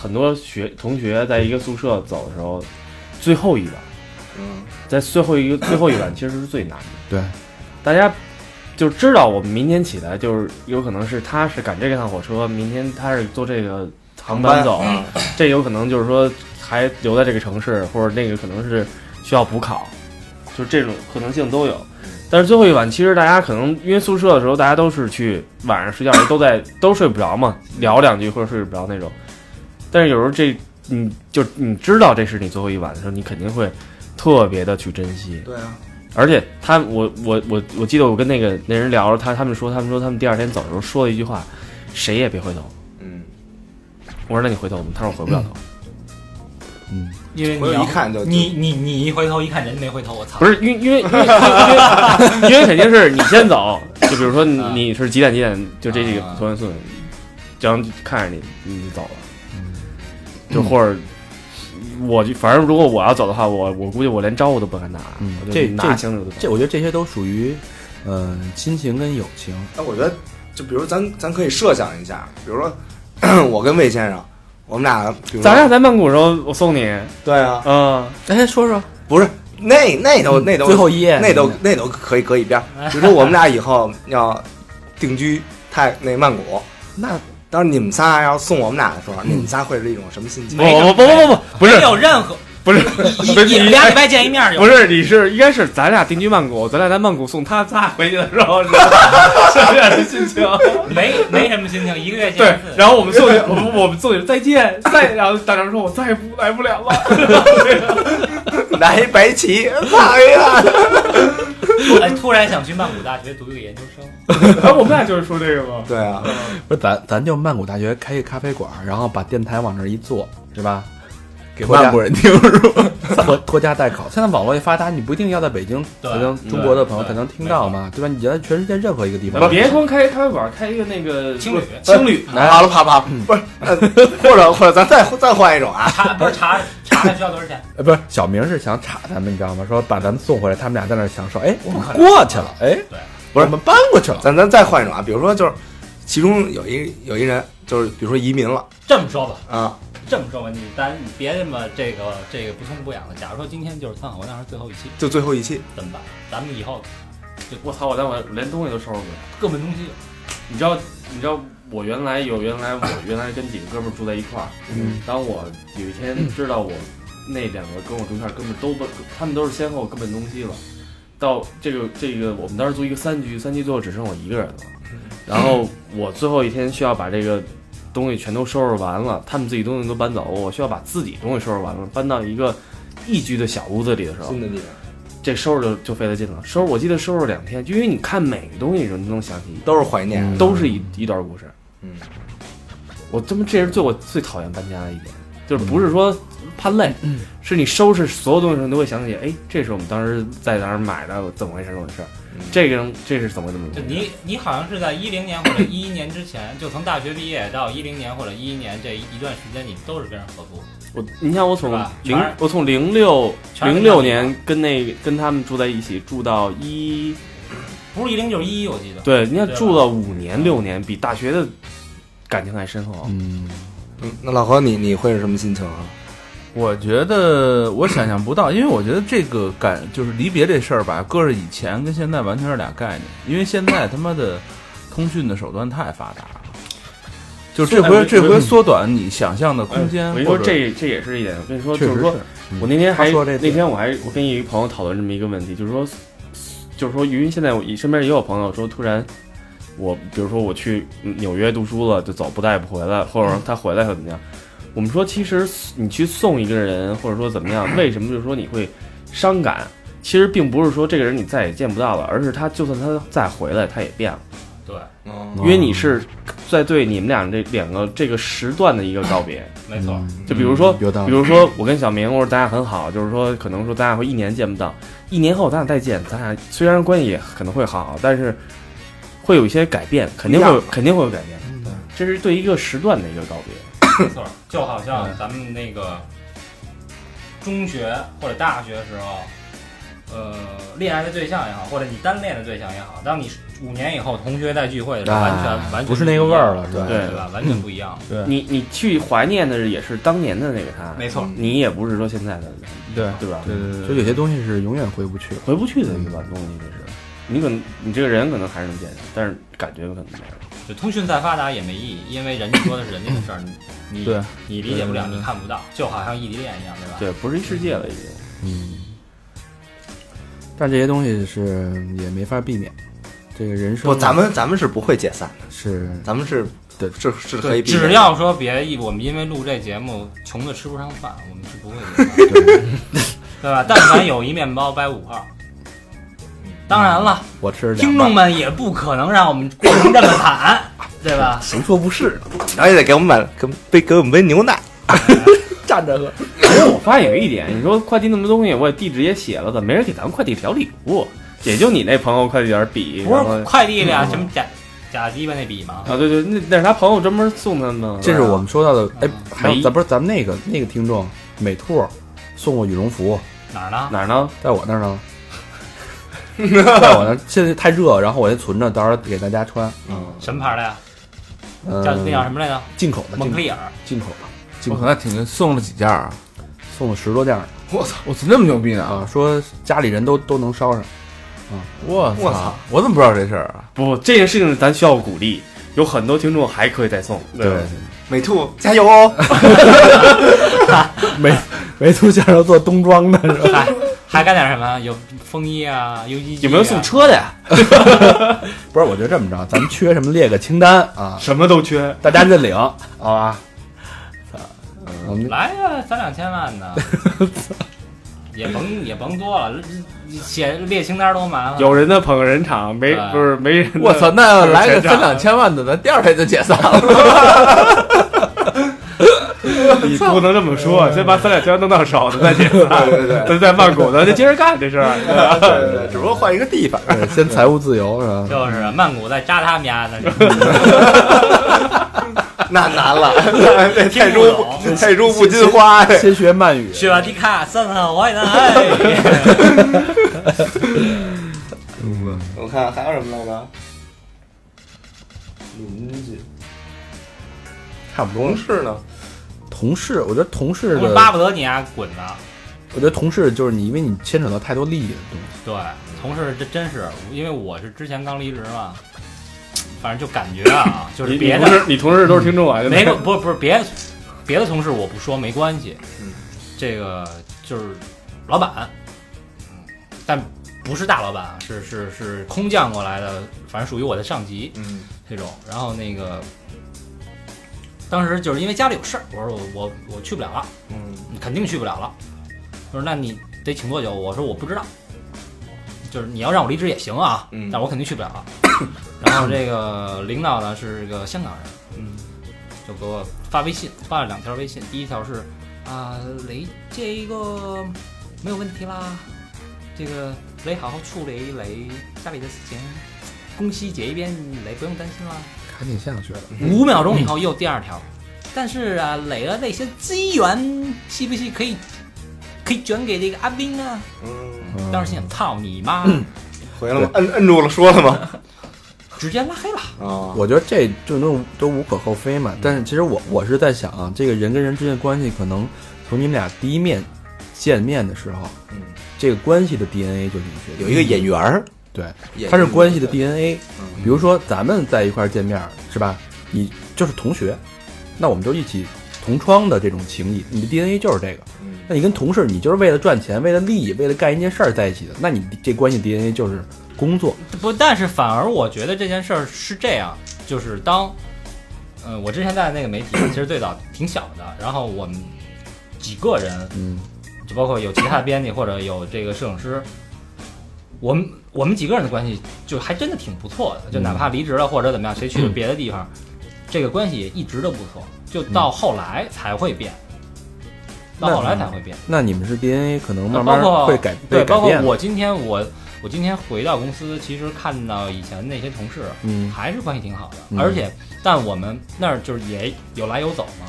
Speaker 7: 很多学同学在一个宿舍走的时候，最后一晚，
Speaker 4: 嗯，
Speaker 7: 在最后 一个最后一晚其实是最难的。
Speaker 3: 对，
Speaker 7: 大家就知道我们明天起来就是有可能是他是赶这趟火车，明天他是坐这个航班走，这有可能就是说还留在这个城市，或者那个可能是需要补考，就这种可能性都有。但是最后一晚，其实大家可能因为宿舍的时候，大家都是去晚上睡觉的时候都在都睡不着嘛，聊两句或者睡不着那种。但是有时候这你就你知道这是你最后一晚的时候，你肯定会特别的去珍惜。
Speaker 4: 对啊，
Speaker 7: 而且他，我我我我记得我跟那个那人聊，他他们说，他们说他们第二天走的时候说了一句话，谁也别回头。
Speaker 4: 嗯
Speaker 7: 我说那你回头吗？他说我回不了头。
Speaker 2: 嗯因为
Speaker 4: 回
Speaker 2: 你
Speaker 4: 头
Speaker 2: 要
Speaker 4: 一看就
Speaker 2: 你你你一回头一看人没回头，我操！
Speaker 7: 不是，因为因为因为因为因为肯定是你先走，就比如说你
Speaker 2: 啊
Speaker 7: 你是几点几点，就这几个
Speaker 2: 啊
Speaker 7: 昨天送你，然后就看着你你就走了，就或者。我就反正如果我要走的话，我我估计我连招呼都不敢打，
Speaker 3: 嗯
Speaker 7: 我
Speaker 3: 这
Speaker 7: 就拿
Speaker 3: 这
Speaker 7: 箱子就走。
Speaker 3: 这我觉得这些都属于，嗯、亲情跟友情。
Speaker 4: 但我觉得，就比如咱咱可以设想一下，比如说 我跟魏先生，我们俩，比如说
Speaker 7: 咱俩在曼谷的时候，我送你，
Speaker 4: 对啊，
Speaker 7: 嗯，
Speaker 3: 哎，说说
Speaker 4: 不是那那都那都
Speaker 3: 最后一页
Speaker 4: 那都那都可以搁一边儿。比如说我们俩以后要定居泰那曼谷，那当时你们仨要送我们俩的时候，你们仨会是一种什么心情？
Speaker 2: 没
Speaker 7: 不不不不不，不是
Speaker 2: 没有任何
Speaker 7: 不是
Speaker 2: 你
Speaker 7: 不是
Speaker 2: 你哎们俩礼拜见一面有
Speaker 7: 不是，你是应该是咱俩定居曼谷，咱俩在曼谷送他，他回去的时候是什么样的 心情？
Speaker 2: 没没什么心情，一个月见
Speaker 7: 对
Speaker 2: 一次，
Speaker 7: 然后我们送你，我们我们送你再见， 再然后大张说，我再也不来不了了。
Speaker 4: 来一白旗，哎呀，
Speaker 2: 哎，突然想去曼谷大学读一个研究生。
Speaker 7: 然后我们俩就是说这个嘛，
Speaker 4: 对啊，
Speaker 3: 不是咱咱就曼谷大学开一咖啡馆，然后把电台往那儿一坐，是吧？给
Speaker 4: 曼
Speaker 3: 谷人听是吧？ 拖拖家带口，现在网络一发达，你不一定要在北京
Speaker 2: 对
Speaker 3: 才能中国的朋友才能听到嘛，对吧？你在全世界任何一个地方，
Speaker 7: 别光开咖啡馆，开一个那个
Speaker 2: 青旅
Speaker 7: 青旅，
Speaker 4: 好了，啪啪，不是，呃或者或者咱再再换一种啊，
Speaker 2: 查不是查查需要多少钱？
Speaker 3: 呃，不是小明是想插咱们，你知道吗？说把咱们送回来，他们俩在那儿享受，哎，我们过去了，哎，不是我们搬过去了，
Speaker 4: 咱咱再换一种啊，比如说就是，其中有一有一人就是比如说移民了
Speaker 2: 这么说吧，
Speaker 4: 啊，
Speaker 2: 这么说吧，你咱你别这么这个这个不痛不痒的。假如说今天就是三好文那是最后一期，
Speaker 4: 就最后一期，
Speaker 2: 怎么办？咱们以后
Speaker 7: 我操，我在我连东西都收拾不了。
Speaker 2: 各奔东西。
Speaker 7: 你知道你知道我原来有原来我原来跟几个哥们儿住在一块儿，
Speaker 6: 嗯，
Speaker 7: 当我有一天知道我那两个跟我住一块儿哥们儿都不，他们都是先后各奔东西了，到这个这个我们当时租一个三居，三居最后只剩我一个人了，然后我最后一天需要把这个东西全都收拾完了，他们自己东西都搬走，我需要把自己东西收拾完了，搬到一个一居的小屋子里的时
Speaker 4: 的
Speaker 7: 候，
Speaker 4: 你，
Speaker 7: 这收拾就就费了劲了。收拾我记得收拾两天，就因为你看每个东西的时候，你都能想起，
Speaker 4: 都是怀念，
Speaker 7: 都是一一段故事。
Speaker 4: 嗯，
Speaker 7: 我他妈这是最我最讨厌搬家的一点，就是不是说怕累，是你收拾所有东西的时候，你都会想起，哎，这是我们当时在哪儿买的，怎么回事？怎么回事？这个人这是怎么怎么
Speaker 2: 就
Speaker 7: 回事？
Speaker 2: 你你好像是在一零年或者一一年之前，就从大学毕业到一零年或者一一年这一段时间，你都是跟人合租。
Speaker 7: 我，你像我从
Speaker 2: 是吧
Speaker 7: 零
Speaker 2: 全是，
Speaker 7: 我从零六
Speaker 2: 全是跟他
Speaker 7: 零六
Speaker 2: 们
Speaker 7: 年跟那个跟他们住在一起，住到一，
Speaker 2: 不是一零就是一一，我记得。
Speaker 7: 对，你看
Speaker 2: 对吧
Speaker 7: 住到五年六年，比大学的感情还深厚。啊
Speaker 6: 嗯，
Speaker 4: 嗯那老何你你会是什么心情啊？
Speaker 6: 我觉得我想象不到，因为我觉得这个感就是离别这事儿吧，搁着以前跟现在完全是俩概念。因为现在他妈的通讯的手段太发达了，就这
Speaker 7: 哎我
Speaker 6: 回这回缩短你想象的空间。
Speaker 7: 哎我跟你说，
Speaker 6: 或者
Speaker 7: 这这也是一点。我跟你说，
Speaker 6: 确
Speaker 7: 就
Speaker 6: 实
Speaker 7: 是说，我那天
Speaker 4: 他
Speaker 7: 还
Speaker 4: 说这
Speaker 7: 那天我还我跟一个朋友讨论这么一个问题，就是说，就是说，因为现在我身边也有朋友说，突然我比如说我去纽约读书了，就走不带不回来，或者说他回来又怎么样？我们说，其实你去送一个人，或者说怎么样，为什么就是说你会伤感？其实并不是说这个人你再也见不到了，而是他就算他再回来，他也变了。
Speaker 2: 对，
Speaker 7: 因为
Speaker 3: 嗯
Speaker 7: 你是在对你们俩这两个这个时段的一个告别。
Speaker 2: 没错。
Speaker 7: 就比如说，
Speaker 6: 嗯有
Speaker 3: 嗯
Speaker 6: 道理
Speaker 7: 比如说我跟小明，我说咱俩很好，就是说可能说咱俩会一年见不到，一年后咱俩再见，咱俩虽然关系也可能会好，但是会有一些改变，肯定会有肯定会有改变。这是对一个时段的一个告别。
Speaker 2: 没错，就好像咱们那个中学或者大学时候，呃，恋爱的对象也好，或者你单恋的对象也好，当你五年以后同学再聚会的时候，完全、完全
Speaker 8: 啊不是那个味儿了，
Speaker 2: 不
Speaker 8: 是吧？嗯
Speaker 2: 一样，对吧？完全不一样。
Speaker 7: 你你去怀念的也是当年的那个他，
Speaker 2: 没错，
Speaker 7: 你也不是说现在的，
Speaker 8: 对
Speaker 7: 对吧？
Speaker 8: 对对
Speaker 6: 就
Speaker 8: 对，
Speaker 6: 有些东西是永远回不去了。
Speaker 7: 回不去的一个东西，这是。你可能你这个人可能还是能见着，但是感觉可能没有。
Speaker 2: 就通讯再发达也没意义，因为人家说的是人家的事儿，你你
Speaker 6: 对
Speaker 2: 你理解不了，
Speaker 6: 对对对
Speaker 2: 你看不到，就好像异地恋一样，对吧？
Speaker 7: 对，不是一世界了已经。
Speaker 6: 嗯但这些东西是也没法避免。这个人生
Speaker 4: 不，咱们咱们是不会解散的，
Speaker 6: 是
Speaker 4: 咱们是
Speaker 6: 对
Speaker 4: 是是可以避免的，
Speaker 2: 只要说别一我们因为录这节目穷的吃不上饭，我们是不会 离的，对吧？但凡有一面包掰五块儿，
Speaker 7: 嗯
Speaker 2: 当然了，
Speaker 6: 我吃
Speaker 2: 听众们也不可能让我们过成这么 惨，对吧？
Speaker 4: 谁说不是？然后也得给我们买给杯给我们杯牛奶，站着喝。
Speaker 7: 我发现有一点，你说快递那么多东西，我也地址也写了，怎么没人给咱们快递小礼物？也就你那朋友快递员比，
Speaker 2: 不
Speaker 7: 然后
Speaker 2: 是快递里
Speaker 7: 嗯
Speaker 2: 啊什么假假鸡巴那笔吗？
Speaker 7: 啊，对对，那那是他朋友专门送他们的。
Speaker 6: 这是我们说到的，哎，还有
Speaker 7: 美
Speaker 6: 咱不是咱们那个那个听众美兔送我羽绒服，
Speaker 2: 哪儿呢？
Speaker 7: 哪儿呢？
Speaker 6: 在我那儿 呢，在我那儿现在太热，然后我先存着，到时候给大家穿。
Speaker 2: 什么牌儿的呀？
Speaker 6: 嗯，
Speaker 2: 叫那叫什么来着？
Speaker 6: 进口的，
Speaker 2: 蒙
Speaker 6: 进
Speaker 2: 特
Speaker 6: 口
Speaker 2: 利尔。
Speaker 6: 进口的，进
Speaker 8: 我
Speaker 6: 口
Speaker 8: 可
Speaker 6: 的
Speaker 8: 能挺送了几件啊，
Speaker 6: 送了十多件儿
Speaker 8: 我操，那么牛逼呢！
Speaker 6: 啊，说家里人都都能捎上。
Speaker 8: 我操
Speaker 4: 我操，
Speaker 8: 我怎么不知道这事儿啊？
Speaker 7: 不，这件事情咱需要鼓励，有很多听众还可以再送。吧，
Speaker 4: 美兔加油哦！
Speaker 6: 美美兔先生做冬装的是吧？
Speaker 2: 还还干点什么？有风衣啊，游击、啊、
Speaker 7: 有没有送？车的呀？
Speaker 6: 不是，我就这么着，咱们缺什么列个清单啊，
Speaker 7: 什么都缺。
Speaker 6: 大家认领，好吧？我们
Speaker 2: 来呀、三两千万 的，也甭也甭多了，写列清单多麻烦。
Speaker 7: 有人的捧个人场，没
Speaker 2: 对
Speaker 7: 不是没人的。
Speaker 8: 我操，那要来个
Speaker 7: 全
Speaker 8: 三
Speaker 7: 炸
Speaker 8: 两千万的，咱第二天就解散了。
Speaker 7: 你不能这么说，先把三两千万弄到手的 再解散，
Speaker 4: 对对
Speaker 7: 咱再曼谷的，就接着干这事儿。啊
Speaker 4: 对对 对，只不过换一个地方。
Speaker 6: 对先财务自由是吧？
Speaker 2: 就是曼谷在扎他们家 呢，
Speaker 4: 那难 了，这泰
Speaker 2: 不
Speaker 4: 铢
Speaker 2: 懂
Speaker 4: 不泰铢不金花，这
Speaker 6: 先学曼语，
Speaker 2: 去吧迪卡三号我也能 哎。
Speaker 4: 我看还有什么来着？邻居，
Speaker 6: 差不多
Speaker 4: 同事呢？
Speaker 6: 同事，我觉得同事
Speaker 2: 我
Speaker 6: 的，
Speaker 2: 巴不得你啊滚呢！
Speaker 6: 我觉得同事就是你，因为你牵扯到太多利益的东西，
Speaker 2: 对，同事这真是，因为我是之前刚离职嘛，反正就感觉啊，就是
Speaker 7: 你
Speaker 2: 别
Speaker 7: 你
Speaker 2: 的
Speaker 7: 同事你同事都是听众 啊，
Speaker 2: 没不是不是别的别的同事我不说没关系，这个就是老板，但不是大老板，啊是是是空降过来的，反正属于我的上级，
Speaker 4: 嗯，
Speaker 2: 这种。然后那个当时就是因为家里有事儿，我说我我我去不了了，
Speaker 4: 嗯，
Speaker 2: 你肯定去不了了。他说那你得请多久？我说我不知道，就是你要让我离职也行啊，
Speaker 4: 嗯
Speaker 2: 但我肯定去不了了。 然后这个领导呢是个香港人，
Speaker 4: 嗯，
Speaker 2: 就给我发微信，发了两条微信，第一条是啊雷这一个没有问题啦，这个雷好好处理雷家里的事情，公司结一边雷不用担心啦。
Speaker 4: 赶紧下去了。
Speaker 2: 五秒钟以后又第二条，但是啊，磊的那些资源是不是可以可以转给这个阿斌啊？
Speaker 4: 嗯，
Speaker 2: 当时心想，操你妈，
Speaker 4: 回了吗？摁摁住了，说了吗？
Speaker 2: 直接拉黑了。
Speaker 4: 啊，
Speaker 3: 我觉得这这种都无可厚非
Speaker 6: 嗯
Speaker 3: 嘛。但是其实我我是在想啊，这个人跟人之间的关系，可能从你们俩第一面见面的时候，
Speaker 4: 嗯，
Speaker 3: 这个关系的 DNA 就进去了，
Speaker 4: 有一个眼缘儿，
Speaker 3: 对，
Speaker 4: 眼
Speaker 3: 它是关系的 DNA。
Speaker 4: 嗯
Speaker 3: 比如说咱们在一块儿见面儿是吧？你就是同学，那我们就一起同窗的这种情谊，你的 DNA 就是这个。
Speaker 4: 嗯
Speaker 3: 那你跟同事，你就是为了赚钱、为了利益、为了干一件事儿在一起的，那你这关系 DNA 就是工作。
Speaker 2: 不，但是反而我觉得这件事儿是这样，就是当，嗯、我之前在那个媒体，其实最早挺小的，然后我们几个人，
Speaker 3: 嗯，
Speaker 2: 就包括有其他的编辑 或者有这个摄影师，我们我们几个人的关系就还真的挺不错的，就哪
Speaker 3: 嗯
Speaker 2: 怕离职了或者怎么样，谁去了别的地方，这个关系也一直都不错，就到后来才会变，到后来才会变。
Speaker 3: 嗯那你们是 DNA 可能慢
Speaker 2: 呃包
Speaker 3: 慢
Speaker 2: 括
Speaker 3: 会改
Speaker 2: 对，
Speaker 3: 被
Speaker 2: 包
Speaker 3: 改
Speaker 2: 括
Speaker 3: 变。
Speaker 2: 我今天我我今天回到公司，其实看到以前那些同事，
Speaker 3: 嗯
Speaker 2: 还是关系挺好的，
Speaker 3: 嗯
Speaker 2: 而且但我们那儿就是也有来有走嘛。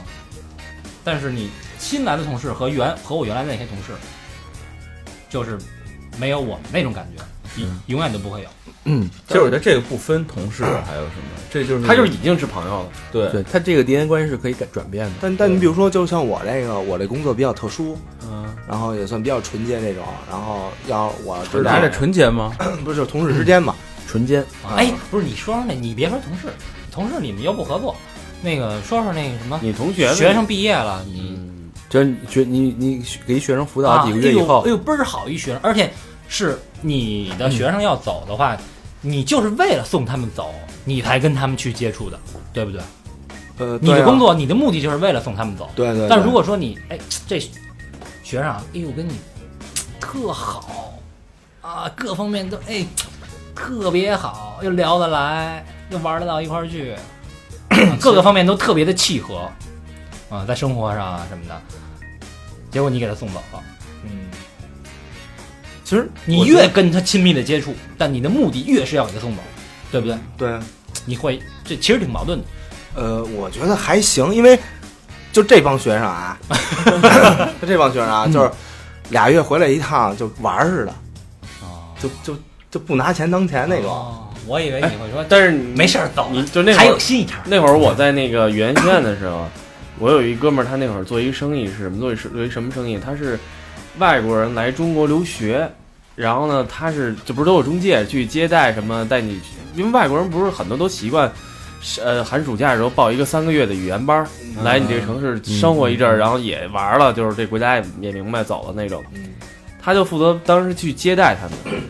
Speaker 2: 但是你新来的同事和原和我原来那些同事，就是没有我们那种感觉，永永远都不会有。
Speaker 3: 嗯，
Speaker 6: 其实我觉得这个不分同事还有什 么，这就是
Speaker 7: 他就是已经是朋友了。
Speaker 6: 对
Speaker 3: 对，它这个 DNA 关系是可以改转变的。
Speaker 4: 但但你比如说，就像我这个，我这工作比较特殊，
Speaker 6: 嗯，
Speaker 4: 然后也算比较纯洁那种，然后要我知
Speaker 6: 你
Speaker 4: 道
Speaker 6: 还，得纯洁吗？
Speaker 4: 不是就是同事之间嘛，
Speaker 3: 纯间，
Speaker 4: 啊
Speaker 2: 哎，不是你说说那，你别说同事，同事你们又不合作，那个说说那个什么
Speaker 7: 你同学
Speaker 2: 学生毕业了，你
Speaker 3: 就是你学你你给学生辅导
Speaker 2: 嗯啊
Speaker 3: 嗯几个月以后
Speaker 2: 哎，呦哎呦倍儿好一学生，而且是你的学生要走的话，你就是为了送他们走，你才跟他们去接触的，对不对？
Speaker 4: 呃，
Speaker 2: 你
Speaker 4: 对
Speaker 2: 的
Speaker 4: 啊
Speaker 2: 工，作，你的目的就是为了送他们走。
Speaker 4: 对对。
Speaker 2: 但
Speaker 4: 对
Speaker 2: 如果说你，哎，这学生啊，哎呦，跟你特好啊，各方面都哎特别好，又聊得来，又玩得到一块儿 去，啊各个方面都特别的契合啊，在生活上啊什么的。结果你给他送走了，
Speaker 4: 嗯
Speaker 3: 其实
Speaker 2: 你越跟他亲密的接触，但你的目的越是要给他送走，对不对？
Speaker 4: 对，
Speaker 2: 你会这其实挺矛盾的。
Speaker 4: 呃，我觉得还行，因为就这帮学生啊，就这帮学生啊，就是俩月回来一趟就玩儿似的，
Speaker 2: 哦
Speaker 4: 就就就不拿钱当哎钱那哎种。
Speaker 2: 哦，我以为你会说
Speaker 7: 但是你
Speaker 2: 没事儿走，
Speaker 7: 你就那会儿
Speaker 2: 还有新一茬儿。
Speaker 7: 那会儿我在那个原县的时候，我有一哥们儿，他那会儿做一生意是什么？做一是做一什么生意？他是外国人来中国留学，然后呢，他是这不是都有中介去接待什么带你去？因为外国人不是很多都习惯，是呃，寒暑假的时候报一个三个月的语言班儿，来你这个城市生活一阵儿，然后也玩了，就是这国家也也明白走了那种。他就负责当时去接待他们。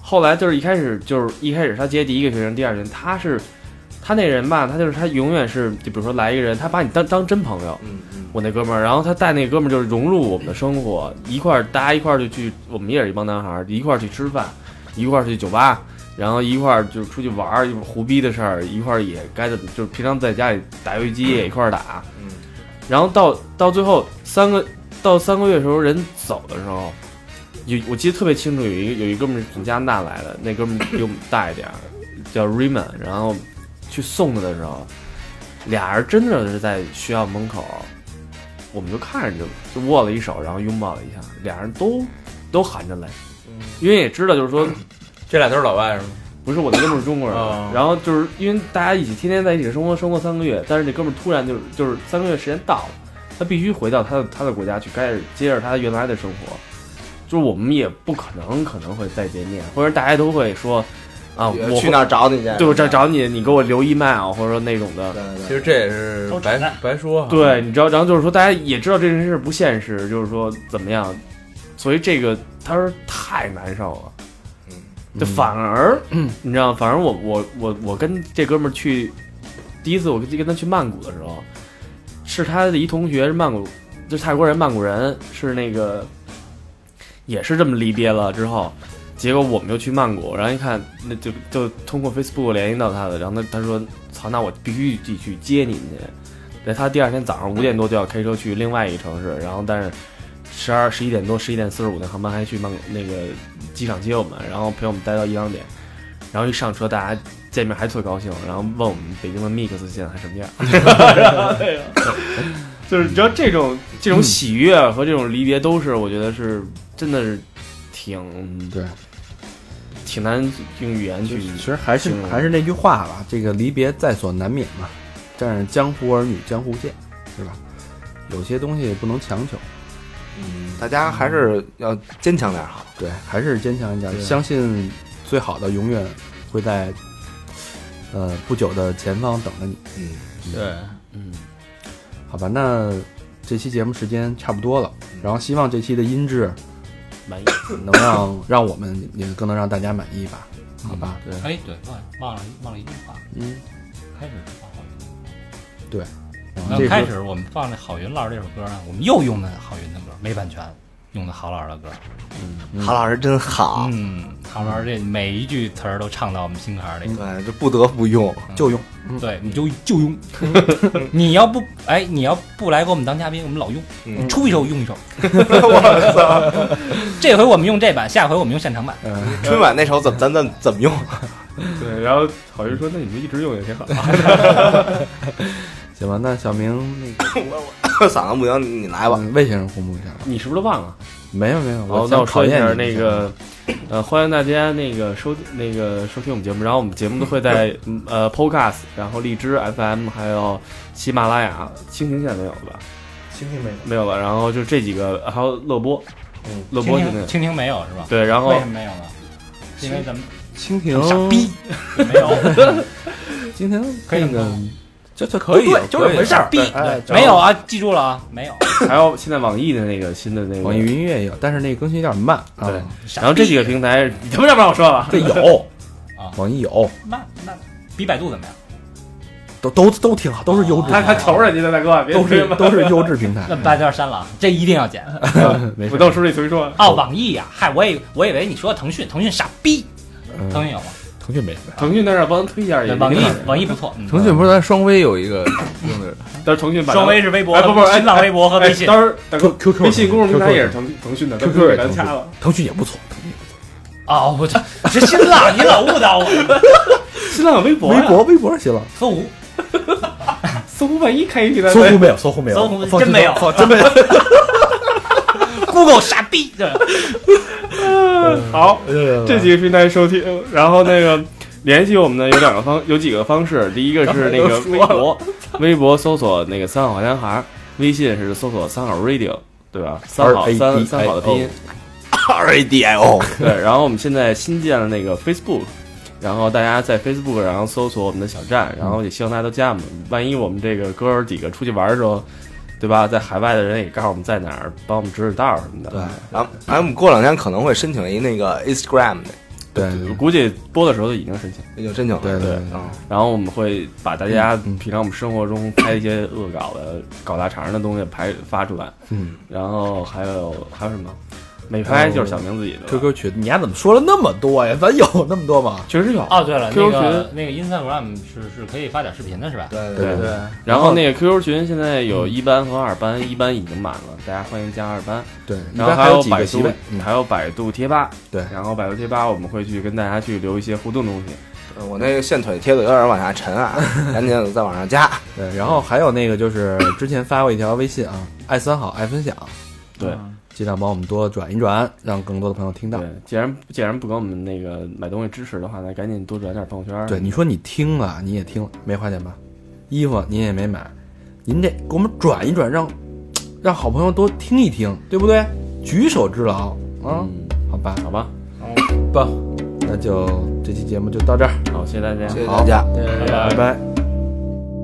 Speaker 7: 后来就是一开始就是一开始他接第一个学生，第二个学生，他是他那人吧，他就是他永远是就比如说来一个人，他把你当当真朋友。
Speaker 4: 嗯嗯
Speaker 7: 我那哥们儿，然后他带那哥们儿就是融入我们的生活，一块儿大家一块儿就去，我们也是一帮男孩儿，一块儿去吃饭，一块儿去酒吧，然后一块儿就出去玩儿，一会儿胡逼的事儿，一块儿也该怎么，就是平常在家里打游戏机也一块儿打，
Speaker 4: 嗯，
Speaker 7: 然后到到最后三个到三个月的时候，人走的时候，有我记得特别清楚，有一个有一哥们儿从加拿大来的，那哥们儿比我们大一点儿，叫 Raymond，然后去送他的时候，俩人真的是在学校门口，我们就看着就就握了一手，然后拥抱了一下，俩人都都含着泪，
Speaker 4: 嗯
Speaker 7: 因为也知道就是说
Speaker 6: 这俩都是老外是吗？
Speaker 7: 不是我那哥们儿是中国人，
Speaker 6: 哦
Speaker 7: 然后就是因为大家一起天天在一起生活，生活三个月，但是那哥们儿突然就是就是三个月时间到了，他必须回到他的他的国家去开始接着他原来的生活，就是我们也不可能可能会再见面，或者大家都会说，啊，我
Speaker 4: 去那儿找你去。
Speaker 7: 对我找找你，你给我留 email 或者说那种的，
Speaker 4: 对对
Speaker 8: 其实这也是
Speaker 9: 都扯
Speaker 8: 白
Speaker 9: 淡
Speaker 8: 白说哈。
Speaker 7: 对，你知道，然后就是说，大家也知道这件事不现实，就是说怎么样，所以这个他说太难受了。就反而，你知道，反正我我我我跟这哥们儿去，第一次我跟跟他去曼谷的时候，是他的一同学是曼谷，就是泰国人，曼谷人是那个，也是这么离别了之后，结果我们又去曼谷，然后一看，那就就通过 Facebook 联系到他的，然后他他说，操，那我必须得去接你们去。对他第二天早上五点多就要开车去另外一个城市，然后但是十二十一点多十一点四十五那航班还去曼谷那个机场接我们，然后陪我们待到一两点，然后一上车大家见面还特高兴，然后问我们北京的 Mix 现在还什么样， 就是你知道这种这种喜悦和这种离别都是我觉得是真的是挺
Speaker 3: 对，
Speaker 7: 挺难用语言去
Speaker 3: 其实还是
Speaker 2: 啊
Speaker 7: 行
Speaker 3: 还是那句话吧，这个离别在所难免嘛，但是江湖儿女江湖见，是吧？有些东西也不能强求，
Speaker 4: 大家还是要坚强点好。
Speaker 3: 对，还是坚强一点，相信最好的永远会在呃不久的前方等着你，
Speaker 4: 嗯，
Speaker 6: 对，
Speaker 7: 嗯
Speaker 3: 好吧？那这期节目时间差不多了，然后希望这期的音质
Speaker 7: 满意。
Speaker 3: 能让让我们也更能让大家满意吧，好吧？对，
Speaker 2: 哎，对，忘了忘了忘了一句话，
Speaker 3: 嗯，
Speaker 2: 开始是放好云。
Speaker 3: 然后
Speaker 2: 那
Speaker 3: 这
Speaker 2: 开
Speaker 3: 个
Speaker 2: 始我们放那郝云老师这首歌呢，我们又用的郝云的歌，没版权，用的郝老师的歌。
Speaker 4: 郝老师真好，
Speaker 2: 嗯，郝老师这每一句词儿都唱到我们心坎儿里。
Speaker 4: 对，这不得不用。
Speaker 3: 就用，
Speaker 2: 对，你就就 用。你要不哎，你要不来给我们当嘉宾，我们老用，
Speaker 4: 嗯
Speaker 2: 你出一首用一首。 我操！ 这回我们用这版，下回我们用现场版。
Speaker 4: 春晚那首怎么咱怎怎么用？
Speaker 7: 对，然后郝云说：“那你们一直用也挺好。”
Speaker 3: 行吧？那小明那个
Speaker 4: 嗓子不行，你来吧。
Speaker 3: 嗯魏先生公布一下吧，
Speaker 7: 你是不是都忘了？
Speaker 3: 没有没有，
Speaker 7: 好，
Speaker 3: 我
Speaker 7: 哦那
Speaker 3: 想
Speaker 7: 我说
Speaker 3: 考
Speaker 7: 一
Speaker 3: 验
Speaker 7: 下
Speaker 3: 你
Speaker 7: 那个，呃，欢迎大家那个收那个收听我们节目，然后我们节目都会在嗯呃 Podcast，然后荔枝 FM，还有喜马拉雅、蜻蜓现在没有了吧？
Speaker 9: 蜻蜓没有，
Speaker 7: 没有了，然后就这几个，还有乐播，
Speaker 9: 嗯
Speaker 7: 乐
Speaker 2: 蜻
Speaker 7: 播现在
Speaker 2: 蜓，蜻蜓没有是吧？
Speaker 7: 对，然后
Speaker 2: 为什么没有呢？因为咱们
Speaker 3: 蜻蜓
Speaker 2: 傻逼没 有，
Speaker 3: 蜻蜓
Speaker 2: 可以
Speaker 3: 那个
Speaker 2: 吗
Speaker 3: 这这可以，
Speaker 2: 对，就
Speaker 3: 可
Speaker 2: 是
Speaker 3: 以
Speaker 2: 回事儿，逼
Speaker 3: 哎
Speaker 2: 没有啊，记住了啊，没有。
Speaker 7: 还有现在网易的那个新的那个，
Speaker 3: 网易云音乐也有，但是那个更新有点慢啊。
Speaker 7: 对， 然后这几个平台，你他妈让不让我说了？
Speaker 3: 这有
Speaker 2: 啊
Speaker 3: 网易有，
Speaker 2: 那那比百度怎么样？
Speaker 3: 都都都挺好，都是优质，
Speaker 7: 他还瞅着你呢，大哥，别
Speaker 3: 都是都是优质平台
Speaker 2: 那。把这删了啊，这一定要剪。
Speaker 3: 没事
Speaker 7: 呃我到时候你随说。
Speaker 2: 哦，网易呀，嗨，我以我以为你说腾讯，腾讯傻逼，
Speaker 3: 嗯
Speaker 2: 腾讯有吗？
Speaker 3: 腾讯没，
Speaker 7: 腾讯在这帮哎推一下也
Speaker 2: 对网易
Speaker 7: 挺好
Speaker 2: 网易不错，嗯
Speaker 6: 腾讯不是咱双微有一个用的，
Speaker 7: 但是腾讯把
Speaker 2: 双微是微博
Speaker 7: 哎
Speaker 2: 的，
Speaker 7: 不不哎
Speaker 2: 新浪微博和微信
Speaker 7: 哎，当时大哥
Speaker 3: QQ
Speaker 7: 微信公众平台
Speaker 3: 有
Speaker 7: 也是腾腾讯的
Speaker 3: QQ
Speaker 7: 咱们
Speaker 3: 也
Speaker 7: 给
Speaker 3: 腾
Speaker 7: 咱
Speaker 3: 讯
Speaker 7: 掐了。
Speaker 3: 腾讯也不错，
Speaker 2: 哦，我这这新浪，你老误导 我。
Speaker 7: 新浪有微博
Speaker 3: 微
Speaker 7: 呀，
Speaker 3: 博微博行了，
Speaker 2: 搜狐，
Speaker 7: 搜狐万一开一平台，
Speaker 3: 搜狐没有，搜狐没有，
Speaker 2: 搜狐
Speaker 3: 放
Speaker 2: 真
Speaker 3: 心
Speaker 2: 没有
Speaker 3: 放真没有。
Speaker 2: ，Google 傻逼，对，
Speaker 7: 好，这
Speaker 3: 这
Speaker 7: 几个平台收听，然后那个联系我们呢有两个方，有几个方式，第一个是那个微博，微博搜索那个三好坏男孩儿，微信是搜索三好 radio，对吧？三好
Speaker 3: R A D I O
Speaker 7: 三三好的拼音，
Speaker 4: R A D I O，
Speaker 7: 对。然后我们现在新建了那个 Facebook。然后大家在 Facebook 然后搜索我们的小站，然后也希望大家都加我们。万一我们这个哥儿几个出去玩的时候，对吧，在海外的人也告诉我们在哪儿，帮我们指指道儿什么的。
Speaker 3: 对
Speaker 4: 然后哎，我们过两天可能会申请一那个 Instagram 的，
Speaker 3: 对
Speaker 7: 我估计播的时候都已经申请了。
Speaker 4: 那就申请了。
Speaker 3: 对对
Speaker 4: 嗯
Speaker 7: 然后我们会把大家
Speaker 3: 嗯嗯
Speaker 7: 平常我们生活中拍一些恶搞的、搞大肠的东西拍发出来。
Speaker 3: 嗯
Speaker 7: 然后还有还有什么？美拍就是小明自己的吧
Speaker 3: ，QQ 群，你丫怎么说了那么多呀？咱有那么多吗？
Speaker 7: 确实有。
Speaker 2: 哦，对了，那
Speaker 7: QQ
Speaker 2: 个那个 Instagram 是是可以发点视频的，是吧？
Speaker 4: 对
Speaker 7: 对
Speaker 3: 对，
Speaker 7: 然后那个 QQ 群现在有一班和二班，一班已经满了，大家欢迎加二班。
Speaker 3: 对，一
Speaker 7: 然
Speaker 3: 般
Speaker 7: 后
Speaker 3: 还
Speaker 7: 有
Speaker 3: 几
Speaker 7: 百
Speaker 3: 个席
Speaker 7: 度
Speaker 3: 位，，嗯
Speaker 7: 还有百度贴吧。
Speaker 3: 对
Speaker 7: 然后百度贴吧我们会去跟大家去留一些互动东西。
Speaker 4: 对我那个线腿贴的有点往下沉 啊，赶紧再往上加。
Speaker 3: 对，然后还有那个 就是之前发过一条微信啊，爱三好爱分享，嗯
Speaker 7: 对
Speaker 3: 尽量帮我们多转一转，让更多的朋友听到
Speaker 7: 对。，既然既然不给我们那个买东西支持的话，那赶紧多转点朋友圈。
Speaker 3: 对，你说你听了，你也听了，没花钱吧？衣服您也没买，您这给我们转一转，让让好朋友多听一听，对不对？举手之劳啊，
Speaker 7: 嗯，
Speaker 3: 好吧，
Speaker 7: 好吧，
Speaker 3: 吧，那就这期节目就到这儿，
Speaker 7: 好，谢谢大家，
Speaker 4: 谢谢大家。
Speaker 7: 拜
Speaker 3: 拜
Speaker 7: 拜。
Speaker 3: 拜。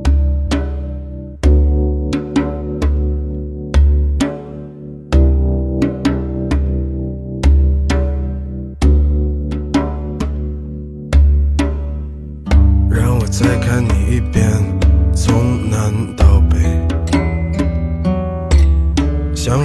Speaker 10: 让我再看你一遍，从南到北，像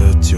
Speaker 10: 酒，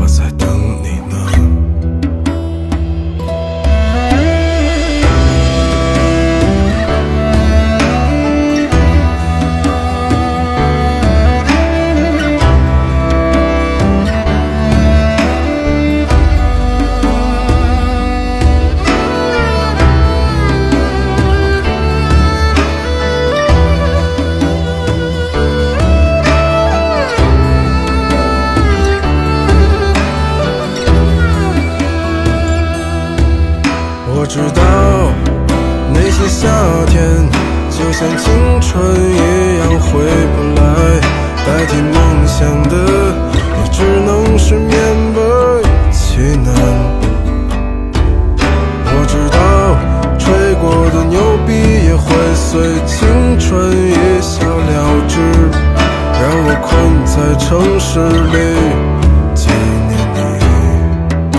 Speaker 10: 我在等你呢。我知道那些夏天就像青春一样回不来，代替梦想的也只能是勉为其难。我知道吹过的牛逼也会随青春一笑了之，让我困在城市里纪念你。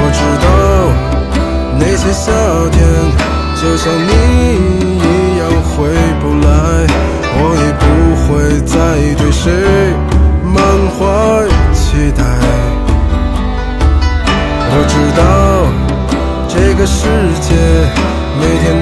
Speaker 10: 我知道那些夏天就像你一样回不来，我也不会再对谁满怀期待。我知道这个世界每天